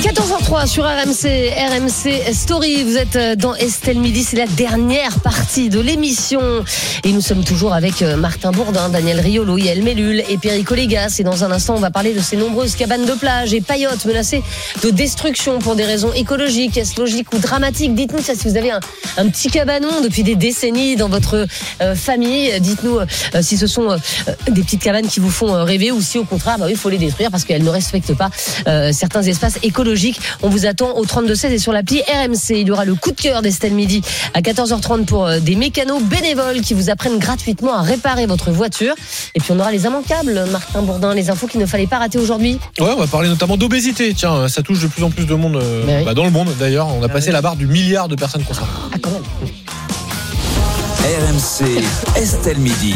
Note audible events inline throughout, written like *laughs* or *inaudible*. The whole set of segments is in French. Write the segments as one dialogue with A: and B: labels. A: 14h03 sur RMC, RMC Story. Vous êtes euh, dans Estelle Midi, c'est la dernière partie de l'émission. Et nous sommes toujours avec euh, Martin Bourdin, Daniel Riolo, Yael Mellul et Pierre Légas. Et dans un instant, on va parler de ces nombreuses cabanes de plage et paillotes menacées de destruction pour des raisons écologiques, est-ce logique ou dramatique Dites-nous ça si vous avez un, un petit cabanon depuis des décennies dans votre euh, famille. Dites-nous euh, si ce sont euh, euh, des petites cabanes qui vous font euh, rêver ou si au contraire, bah oui, il faut les détruire parce qu'elles ne respectent pas euh, certains espaces écologiques. On vous attend au 32-16 et sur l'appli RMC. Il y aura le coup de cœur d'Estelle Midi à 14h30 pour euh, des mécanos bénévoles qui vous apprennent gratuitement à réparer votre voiture. Et puis on aura les immanquables, Martin Bourdin, les infos qu'il ne fallait pas rater aujourd'hui.
B: Ouais, on va parler notamment d'obésité. Tiens, ça touche de plus en plus de monde euh,
A: Mais oui.
B: bah, dans le monde d'ailleurs. On a passé la barre du milliard de personnes concernées.
A: Ah quand même
C: RMC, Estelle Midi.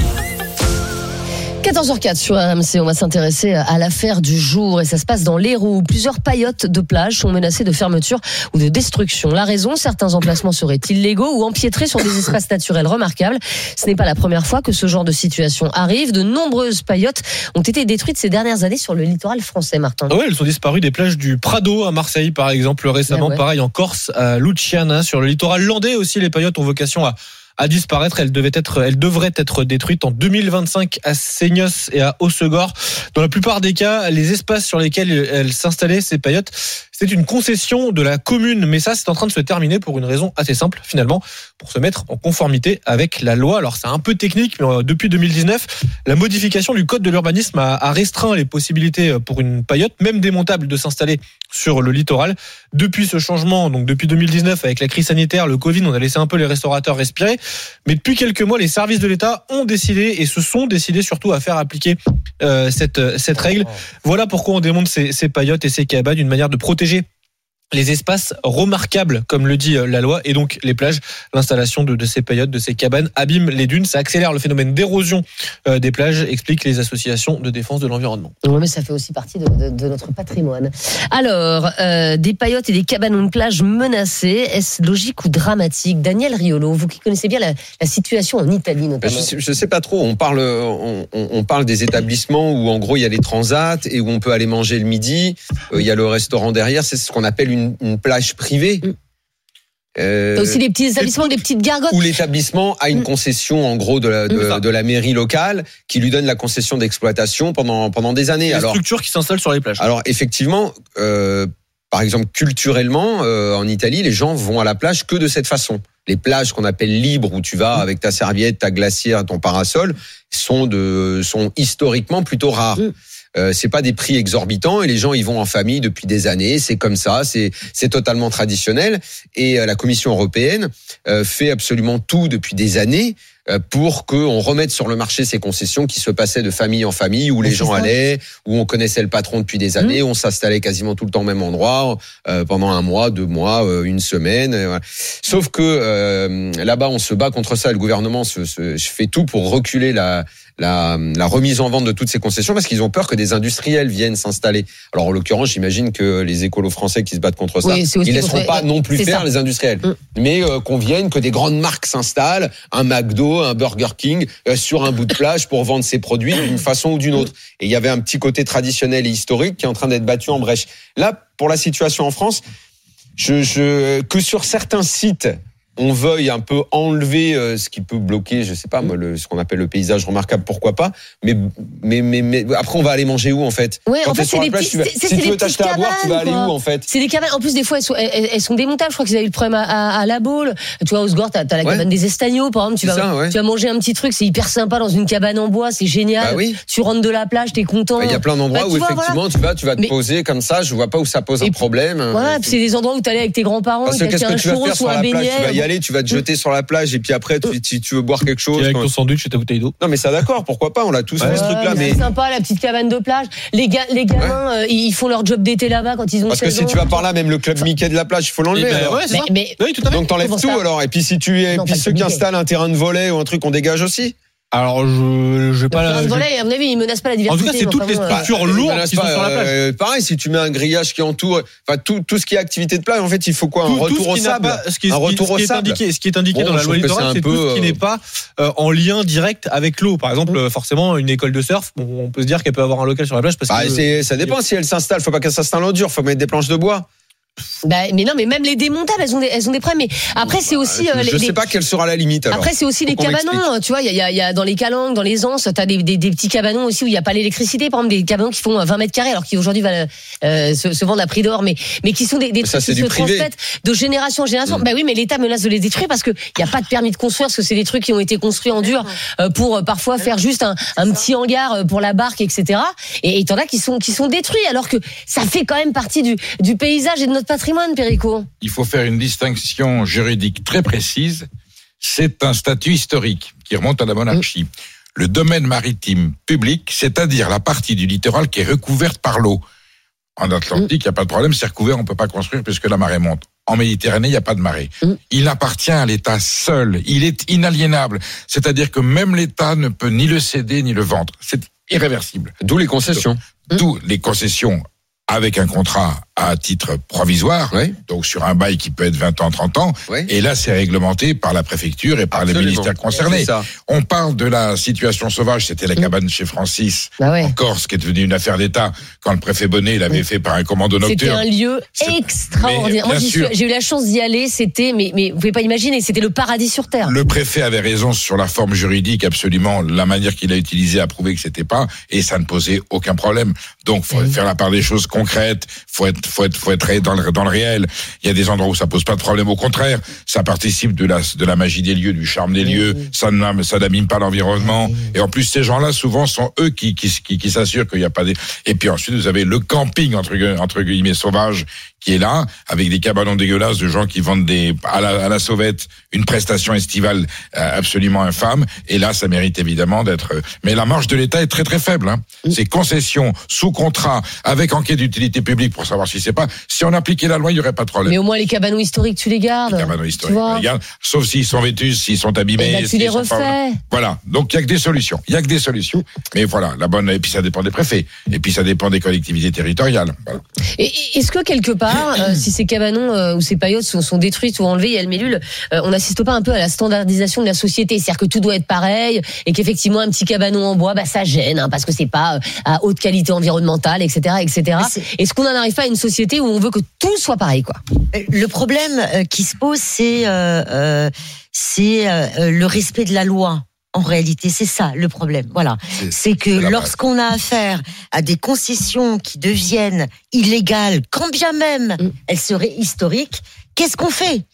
A: 14h04 sur RMC, on va s'intéresser à l'affaire du jour et ça se passe dans l'Hérault où plusieurs paillotes de plage sont menacées de fermeture ou de destruction. La raison, certains emplacements seraient illégaux ou empiétrés sur des espaces naturels remarquables. Ce n'est pas la première fois que ce genre de situation arrive. De nombreuses paillotes ont été détruites ces dernières années sur le littoral français, Martin.
B: Ah ouais, elles sont disparues des plages du Prado à Marseille par exemple récemment.
A: Ah ouais.
B: Pareil en Corse, à Luciana, sur le littoral landais aussi. Les paillotes ont vocation à à disparaître, elles devaient être, elles devraient être détruites en 2025 à Seignos et à Hossegor. Dans la plupart des cas, les espaces sur lesquels elles s'installaient, ces paillotes, c'est une concession de la commune. Mais ça, c'est en train de se terminer pour une raison assez simple, finalement, pour se mettre en conformité avec la loi. Alors, c'est un peu technique, mais euh, depuis 2019, la modification du code de l'urbanisme a, a restreint les possibilités euh, pour une paillote, même démontable, de s'installer sur le littoral. Depuis ce changement, donc depuis 2019, avec la crise sanitaire, le Covid, on a laissé un peu les restaurateurs respirer. Mais depuis quelques mois, les services de l'État ont décidé et se sont décidés surtout à faire appliquer euh, cette, euh, cette règle. Voilà pourquoi on démonte ces, ces paillotes et ces cabanes d'une manière de protéger les espaces remarquables, comme le dit euh, la loi, et donc les plages. L'installation de, de ces paillotes, de ces cabanes, abîme les dunes. Ça accélère le phénomène d'érosion euh, des plages, expliquent les associations de défense de l'environnement.
A: Oui, mais ça fait aussi partie de, de- de notre patrimoine. Alors, euh, des paillotes et des cabanons de plage menacées, est-ce logique ou dramatique Daniel Riolo, vous qui connaissez bien la, la situation en Italie
D: Ben,
A: notamment.
D: Je sais, je sais pas trop. On parle, euh, on, on- on parle des établissements où en gros il y a les transats et où on peut aller manger le midi. Euh, Il y a le restaurant derrière. C'est ce qu'on appelle une, une plage privée.
A: Mm.
D: Euh,
A: T'as aussi des petits établissements, des petites gargotes.
D: où l'établissement a
A: Mm.
D: une concession en gros de la,
A: Mm. C'est
D: de,
B: ça.
D: de la mairie locale qui lui donne la concession d'exploitation pendant pendant des années.
B: les
D: Alors
B: structures qui s'installent sur les plages.
D: alors effectivement, euh, par exemple culturellement, euh, en Italie, les gens vont à la plage que de cette façon. Les plages qu'on appelle libres, où tu vas avec ta serviette, ta glacière, ton parasol, sont de sont historiquement plutôt rares.
A: Mm.
D: Euh, c'est pas des prix exorbitants et les gens y vont en famille depuis des années. C'est comme ça, c'est c'est totalement traditionnel. Et euh, la Commission européenne euh, fait absolument tout depuis des années euh, pour qu'on remette sur le marché ces concessions qui se passaient de famille en famille, où
A: Mais
D: les
A: c'est
D: gens
A: ça. Mm.
D: allaient, où on connaissait le patron depuis des années, on s'installait quasiment tout le temps au même endroit, euh, pendant un mois, deux mois, euh, une semaine. euh, voilà. Sauf que euh, là-bas, on se bat contre ça, et le gouvernement se, se- je fait tout pour reculer la, la, la remise en vente de toutes ces concessions, parce qu'ils ont peur que des industriels viennent s'installer. Alors en l'occurrence, j'imagine que les écolos français qui se battent contre ça,
A: Oui, c'est aussi
D: ils laisseront
A: contre-
D: pas non plus
A: c'est
D: faire
A: ça.
D: les industriels.
A: Mm.
D: Mais euh, qu'on vienne, que des grandes marques s'installent, un McDo, un Burger King, euh, sur un bout de plage pour vendre ses produits d'une façon ou d'une autre. Et il y avait un petit côté traditionnel et historique qui est en train d'être battu en brèche. Là, pour la situation en France, je, je, que sur certains sites, on veuille un peu enlever euh, ce qui peut bloquer, je sais pas, moi, le, ce qu'on appelle le paysage remarquable, pourquoi pas. Mais, mais, mais, mais après, on va aller manger où en fait
A: Ouais, en
D: Quand
A: fait,
D: t'es
A: c'est
D: sur la
A: des
D: plage,
A: petits-
D: tu vas-
A: c'est- c'est
D: si
A: des
D: tu veux t'acheter à
A: petites
D: boire, tu vas aller
A: cabanes,
D: où
A: quoi.
D: en fait
A: C'est des cabanes. En plus, des fois, elles sont, elles, elles sont démontables. Je crois qu'ils avaient eu le problème à, à, à la boule. Tu vois, Osgore, t'as, t'as la
D: Ouais.
A: cabane des Estagnos, par exemple. Tu vas,
D: C'est ça, ouais.
A: tu vas manger un petit truc. C'est hyper sympa dans une cabane en bois. C'est génial.
D: Bah oui.
A: Tu rentres de la plage, t'es content.
D: Il y a plein d'endroits
A: Bah, tu
D: où
A: vois,
D: effectivement euh, tu vas, tu vas te
A: Mais-
D: poser comme ça. Je vois pas où ça pose
A: Et
D: un
A: puis-
D: problème.
A: Voilà, puis c'est des endroits où t'allais avec tes grands-parents,
D: Parce que
A: t'as
D: qu'est-ce
A: un
D: que tu vas faire
A: churros ou
D: sur la
A: un euh.
D: plage Tu vas y
A: beignet.
D: aller, tu vas te jeter sur la plage et puis après tu, tu- tu veux boire quelque chose.
B: avec
D: quoi.
B: ton sandwich et ta bouteille d'eau.
D: Non mais ça d'accord, pourquoi pas On l'a tous
B: Ouais.
D: fait ce
A: Ouais,
D: truc-là,
A: mais
D: mais
A: C'est sympa, la petite cabane de plage. Les, ga- les gamins, euh, ils font leur job d'été là-bas quand ils ont
D: parce que
A: 16
D: si
A: ans.
D: tu vas par là, même le club Mickey de la plage, il faut
B: Eh
D: l'enlever.
B: ben,
D: alors.
B: ouais, c'est
A: Mais-
B: ça.
A: mais-
B: Oui, tout à fait.
D: Donc t'enlèves
A: Comment
D: tout
A: ça
D: alors. Et puis si tu es,
A: Non,
D: puis
A: pas le
D: ceux
A: Club
D: qui
A: Mickey.
D: installent un terrain de volet ou un truc, on dégage aussi.
B: Alors, je, je vais pas.
D: euh,
A: Florence
B: je-
A: Volet, à mon avis, il menace pas la
B: En
A: diversité.
B: tout cas, c'est
A: mais
B: toutes
A: enfin
B: les Ah,
A: bon, euh,
B: structures
D: Et
B: lourdes
D: balance
B: qui sont
D: Bah, pas,
B: sur la plage.
D: euh, pareil, si tu mets un grillage qui entoure, enfin tout, tout ce qui est activité de plage, en fait, il faut quoi Un
B: Tout- tout
D: retour
B: ce
D: au
B: qui n'a
D: sable. Bah,
B: pas- ce qui,
D: Un
B: ce qui-
D: retour
B: ce
D: au
B: qui est
D: sable.
B: indiqué, ce qui est indiqué
D: Bon,
B: dans la
D: je
B: loi
D: trouve que
B: littorale,
D: c'est un
B: c'est tout
D: peu,
B: ce qui
D: euh, Mmh.
B: n'est pas euh, en lien direct avec l'eau. Par exemple, euh, forcément, une école de surf, bon, on peut se dire qu'elle peut avoir un local sur la plage parce
D: Bah,
B: que
D: c'est- ça dépend si elle s'installe. Faut pas qu'elle s'installe en dur. Faut mettre des planches de bois.
A: bah, mais non, mais même les démontables, elles ont des, elles ont des problèmes. Mais après, c'est aussi euh,
D: bah, je
A: les,
D: sais
A: les-
D: pas quelle sera la limite. Alors.
A: Après, c'est aussi les
D: qu'on
A: cabanons, hein, tu vois. Il y a- il y a, il y a dans les calanques, dans les anses, t'as des, des, des petits cabanons aussi où il n'y a pas l'électricité. Par exemple, des cabanons qui font euh, 20 mètres carrés, alors qu'aujourd'hui valent, euh, se, se vendent à prix d'or, mais, mais qui sont des, des
D: Mais ça,
A: trucs
D: c'est
A: qui
D: du
A: se
D: privé. Mm.
A: transmettent de génération en génération. Bah oui, mais l'État menace de les détruire parce que il n'y a pas de permis de construire, parce que c'est des trucs qui ont été construits en dur euh, pour euh, parfois faire juste un, un petit hangar euh, pour la barque, etc. Et et t'en as qui sont, qui sont détruits, alors que ça fait quand même partie du, du paysage et de notre patrimoine, Péricot.
E: il faut faire une distinction juridique très précise. C'est un statut historique qui remonte à la monarchie. Le domaine maritime public, c'est-à-dire la partie du littoral qui est recouverte par l'eau. En Atlantique, il n'y a pas de problème, c'est recouvert, on ne peut pas construire puisque la marée monte. En Méditerranée, il n'y a pas de marée.
A: Mm.
E: Il appartient à l'État seul. Il est inaliénable. C'est-à-dire que même l'État ne peut ni le céder ni le vendre. C'est irréversible
D: D'où les concessions.
E: tous les concessions avec un contrat à titre provisoire,
D: Ouais.
E: donc sur un bail qui peut être 20 ans, 30 ans,
D: Ouais.
E: et là c'est réglementé par la préfecture et par les
D: Absolument.
E: ministères
D: C'est
E: concernés.
D: ça.
E: On parle de la situation sauvage, c'était la cabane chez Francis
A: Bah ouais.
E: en Corse qui est devenue une affaire d'État quand le préfet Bonnet l'avait fait par un commando
A: C'était
E: nocturne.
A: un lieu
E: C'est- Mais,
A: extraordinaire.
E: bien
A: Moi, j'y suis-
E: sûr.
A: j'ai eu la chance d'y aller. C'était, mais, mais vous pouvez pas imaginer, c'était le paradis sur terre.
E: Le préfet avait raison sur la forme juridique, absolument. La manière qu'il a utilisée a prouvé que c'était pas, et ça ne posait aucun problème. Donc, faut faire la part des choses concrètes. Faut être, faut être, faut être dans le, dans le réel. Il y a des endroits où ça pose pas de problème. Au contraire, ça participe de la, de la magie des lieux, du charme des lieux. Ça n'am- ça n'abîme pas l'environnement. Et en plus, ces gens-là, souvent, sont eux qui, qui, qui, qui s'assurent qu'il n'y a pas des, et puis ensuite, vous avez le camping, entre, gu- entre guillemets, sauvage, qui est là, avec des cabanons dégueulasses de gens qui vendent des, à la, à la sauvette, une prestation estivale euh, absolument infâme. Et là, ça mérite évidemment d'être. euh, Mais la marge de l'État est très très faible. Hein. C'est concession, sous contrat, avec enquête d'utilité publique pour savoir si c'est pas. Si on appliquait la loi, il y aurait pas de problème.
A: Mais au moins, les cabanons historiques, Ah bah, tu les gardes.
E: Les cabanons historiques,
A: vois.
E: regarde, sauf s'ils sont vétus, s'ils sont
A: Et
E: abîmés.
A: là, tu
E: s'ils
A: les
E: sont pas-
A: refais.
E: Voilà. Donc il y a que des solutions. Il y a que des solutions. Mais voilà, la bonne. Et puis ça dépend des préfets. Et puis ça dépend des collectivités territoriales. Voilà.
A: Et- et- Est-ce que quelque part, euh, si ces cabanons euh, ou ces paillotes sont, sont détruites ou enlevées, et Mélule, euh, on n'assiste pas un peu à la standardisation de la société C'est-à-dire que tout doit être pareil et qu'effectivement un petit cabanon en bois, bah ça gêne hein, parce que c'est pas euh, à haute qualité environnementale, etc., etc.
F: C'est-
A: Est-ce qu'on n'en arrive pas à une société où on veut que tout soit pareil, quoi
F: Le problème euh, qui se pose, c'est euh, euh, c'est euh, euh, le respect de la loi. En réalité, c'est ça le problème. Voilà, c'est que
E: c'est la base.
F: lorsqu'on a affaire à des concessions qui deviennent illégales, quand bien même
A: Mm.
F: elles seraient historiques, qu'est-ce qu'on fait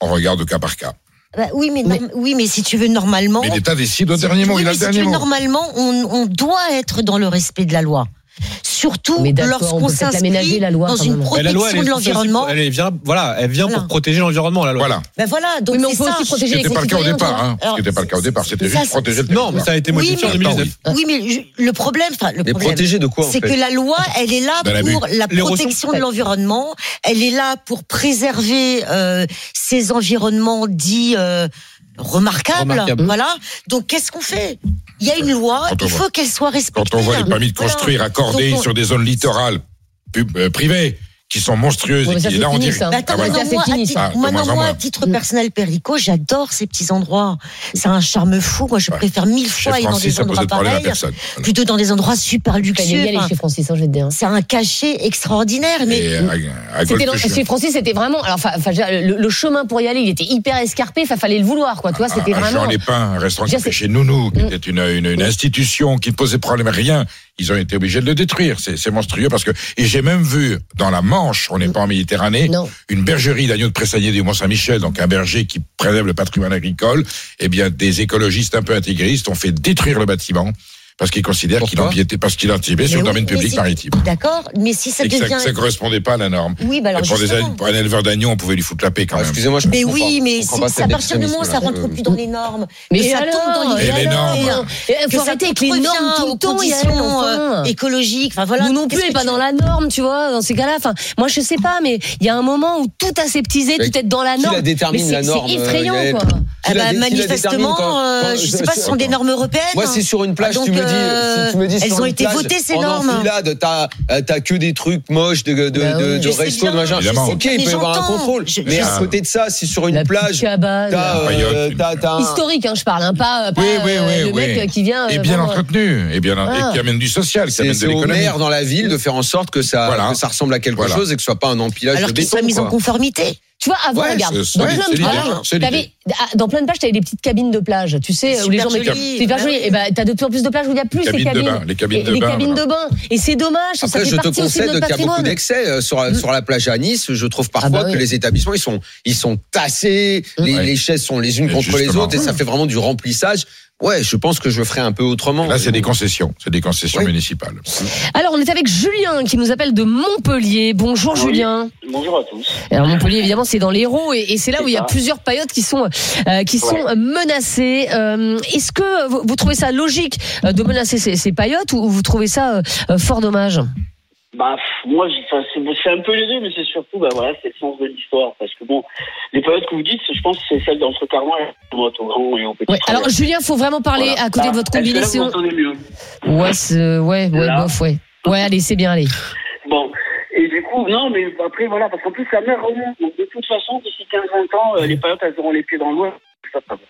E: On regarde au cas par cas.
F: Bah Oui, mais, norm- oui, mais si tu veux normalement,
E: Mais l'État décide au
F: Si-
E: dernier mot.
F: oui,
E: Il a le
F: mais si tu
E: dernier
F: veux,
E: mot.
F: Normalement, on, on doit être dans le respect de la loi. Surtout
A: Mais d'accord, on
F: lorsqu'on
A: peut peut-être l'aménager,
F: s'inscrit
A: la loi,
F: dans
A: quand
F: une
A: même.
B: Mais la
F: protection
B: loi, elle est
F: de
B: aussi-
F: l'environnement.
B: Elle est- vient, voilà, elle vient pour
F: Voilà.
B: protéger l'environnement, la loi.
E: Voilà.
F: Ben voilà, donc
A: Oui, mais on
F: c'est
A: peut
F: ça.
A: aussi protéger les
E: C'était pas le cas au
A: concitoyens, tu
E: départ,
A: vois.
E: hein.
F: Alors,
E: C'était pas le cas au
F: c'est-
E: départ.
F: c'est-
E: C'était
F: c'est
E: juste
F: ça,
E: protéger le
B: Non, mais ça a été
F: Oui,
B: modifié en
F: mais-
B: 2019.
F: Oui, mais je- le problème, enfin le
D: Mais
F: problème,
D: protéger de quoi en
F: c'est
D: fait
F: que la loi, elle est là
E: Dans la
F: pour la
B: Les
F: protection de l'environnement. Elle est là pour préserver euh, ces environnements dits euh, remarquables.
B: Remarquables.
F: Voilà. Donc qu'est-ce qu'on fait Il y a une loi,
E: Euh, Quand on
F: il
E: voit-
F: faut qu'elle soit
E: Quand
F: respectée.
E: on voit les permis de
F: Voilà.
E: construire accordés
F: Donc, on-
E: sur des zones littorales pub- euh, privées qui sont monstrueuses
A: Ouais, mais
E: et
A: ça,
E: qui,
A: c'est
E: là, on
A: fini,
E: dit.
A: ça.
F: Bah attends,
E: Ah, voilà.
F: maintenant,
A: Ça, c'est
F: moi, à
A: fini,
F: titre,
E: ça. Ah, de
F: maintenant,
E: moins en
F: moi,
E: moins.
F: à titre personnel, Péricot, j'adore ces petits endroits. C'est un charme fou. Moi, je
E: Ouais.
F: préfère mille
E: Chez
F: fois aller dans
E: Francis,
F: des
E: ça pose
F: endroits
E: de problème à
F: pareils
E: personne. Voilà.
F: plutôt dans des endroits super
A: T'as dû
F: luxueux.
A: y aller
F: Enfin,
A: chez Francis, hein, je vais te dire.
F: C'est un cachet extraordinaire, mais
E: Et à- à
A: C'était dans-
E: Golfe-Chien.
A: chez Francis, c'était vraiment. Alors, enfin, enfin, je veux dire, le, le chemin pour y aller, il était hyper escarpé. Enfin, fallait le vouloir, quoi. Tu vois,
E: à-
D: Ah,
A: c'était
E: à
A: vraiment.
E: Jean Lépin, un restaurant qui
A: Je veux dire,
E: s'appelait chez Nounou, qui
A: Mm.
E: était une, une, une institution qui ne posait problème à rien. Ils ont été obligés de le détruire. C'est c'est monstrueux parce que. Et j'ai même vu dans la Manche, on n'est pas en Méditerranée,
A: Non.
E: une bergerie d'agneaux de Pressagné du Mont-Saint-Michel, donc un berger qui préserve le patrimoine agricole. Eh bien, des écologistes un peu intégristes ont fait détruire le bâtiment parce qu'ils considèrent qu'il
B: Pourquoi
E: empiétait, parce qu'il intimait sur
F: Mais
E: le
F: oui,
E: domaine
F: mais
E: public
F: c'est-
E: maritime.
F: d'accord. Mais si ça
E: Et que ça
F: devient,
E: ne correspondait pas à la norme.
F: oui, bah alors
E: Et pour, des
F: justement.
E: agneaux- pour un éleveur d'agneaux, on pouvait lui foutre la paix quand
D: Ah,
E: même.
D: Excusez-moi, je
F: Mais
D: comprends
F: oui,
D: pas. Je
F: mais
D: comprends
F: si,
D: pas
F: à
D: cet
F: partir du moment où ça
D: extrémisme-là.
F: rentre
D: Euh,
F: plus dans les normes,
A: Mais
F: que ça
A: alors,
F: tombe dans les
E: Et les normes.
F: galères,
A: Il
F: que
A: euh, faut
F: ça
A: arrêter avec les
F: contrevient
A: normes tout
F: aux
A: le temps. Il y a
F: conditions, euh,
A: enfin.
F: écologiques. Enfin voilà.
A: Nous non
F: qu'est-ce
A: plus, et
F: que
A: pas
F: tu-
A: dans la norme, tu vois, dans ces cas-là. Enfin, moi, je sais pas, mais il y a un moment où tout aseptisé,
D: Mais
A: tout être dans la
D: qui
A: norme.
D: la détermine,
A: Mais c'est-
D: la norme, euh,
A: C'est effrayant,
D: Gaëlle
A: quoi.
D: Qui
F: Eh
D: la
F: ben,
D: dé- qui la détermine
F: manifestement,
D: quand-
F: euh,
D: quand-
F: je ne sais pas si ce sont des normes européennes.
D: Moi, c'est sur une plage,
F: Ah, donc,
D: tu me dis.
F: euh,
D: si tu me dis
F: elles
D: sur
F: ont
D: une
F: été
D: plage,
F: votées, ces
D: en
F: normes.
D: enfilade, t'as, euh, t'as que des trucs moches de, de,
A: Bah oui.
D: de, de
A: Je
F: sais
D: resto, de
F: bien,
D: machin.
E: je sais
D: Ok,
F: bien,
D: il peut y
F: mais
D: avoir un
F: j'entends.
D: contrôle.
F: Je-
D: Mais
E: je-
D: à côté de ça, si sur une
A: La
D: plage,
A: petite cabane.
D: t'as, euh, t'as, t'as un-
A: Historique, hein, je parle, hein, pas, pas
E: Oui, oui,
A: euh,
E: oui,
A: le mec
E: oui.
A: euh, qui vient.
E: Et
A: euh,
E: bien
A: vraiment-
E: entretenu, et bien
A: Ah.
E: et qui amène du social, qui
D: C'est,
E: amène de
D: c'est au
E: l'économie.
D: maire dans la ville de faire en sorte que ça,
E: Voilà.
D: que ça ressemble à quelque
E: Voilà.
D: chose et que ce soit pas un empilage
F: Alors
D: de
F: qu'ils
D: béton.
F: soient mis en
D: quoi.
F: conformité.
A: Tu vois, avant,
D: Ouais,
A: regarde.
E: c'est-
A: Dans
E: c'est-
A: plein,
E: c'est
A: de
E: l'idée,
A: pages,
E: c'est
A: t'avais-
E: l'idée.
A: ah, dans plein de pages, t'avais des petites cabines de plage, tu sais, où les gens
F: Super
A: mettent.
F: joli.
A: C'est hyper
F: Bah
A: joli.
F: oui.
A: Et bah, t'as de plus en plus de plages où il n'y a plus ces
E: Cabines de
A: cabines.
E: bain, les cabines
A: Et-
E: de
A: les
E: bain,
A: cabines de bain. Et c'est dommage, ça
D: Après,
A: fait
D: je te
A: partie aussi de
D: concède
A: notre
D: qu'il y a beaucoup
A: patrimoine. Mm.
D: d'excès euh, sur, la- sur la plage à Nice. Je trouve parfois
A: bah oui. Mm.
D: que les établissements ils sont ils sont tassés, les,
E: Ouais.
D: les chaises sont les unes
E: Et
D: contre les
E: justement.
D: autres et ça fait vraiment du remplissage. Ouais, je pense que je le ferai un peu autrement.
E: Là, c'est des concessions, c'est des concessions
D: Oui.
E: municipales.
A: Alors, on est avec Julien qui nous appelle de Montpellier. Bonjour,
G: Oui.
A: Julien.
G: Bonjour à tous.
A: Alors, Montpellier, évidemment, c'est dans l'Hérault et, et c'est là
G: C'est
A: où il y a
G: ça.
A: plusieurs paillotes qui sont, euh, qui
G: Ouais.
A: sont menacées. Euh, Est-ce que vous, vous trouvez ça logique euh, de menacer ces, ces paillotes ou vous trouvez ça euh, euh, fort dommage
G: Bah, pff, moi, j'ai- enfin, c'est c'est un peu les deux, mais c'est surtout, bah voilà, c'est le sens de l'histoire. Parce que bon, les périodes que vous dites, je pense que c'est celle d'entre Carnois et au grand et au petit.
A: ouais. Alors, Julien, faut vraiment parler
G: Voilà.
A: à côté de votre
G: Là, est-ce que là, vous
A: combinaison.
G: m'entendez mieux
A: Ouais, c'est- ouais, ouais,
G: Là.
A: bof, ouais. Ouais, allez, c'est bien, allez.
G: Bon. Et du coup, non, mais après, voilà, parce qu'en plus, la mer remonte. Donc, de toute façon, d'ici 15-20 ans, euh, les paillotes, elles auront les pieds dans l'eau. Ça, ça va.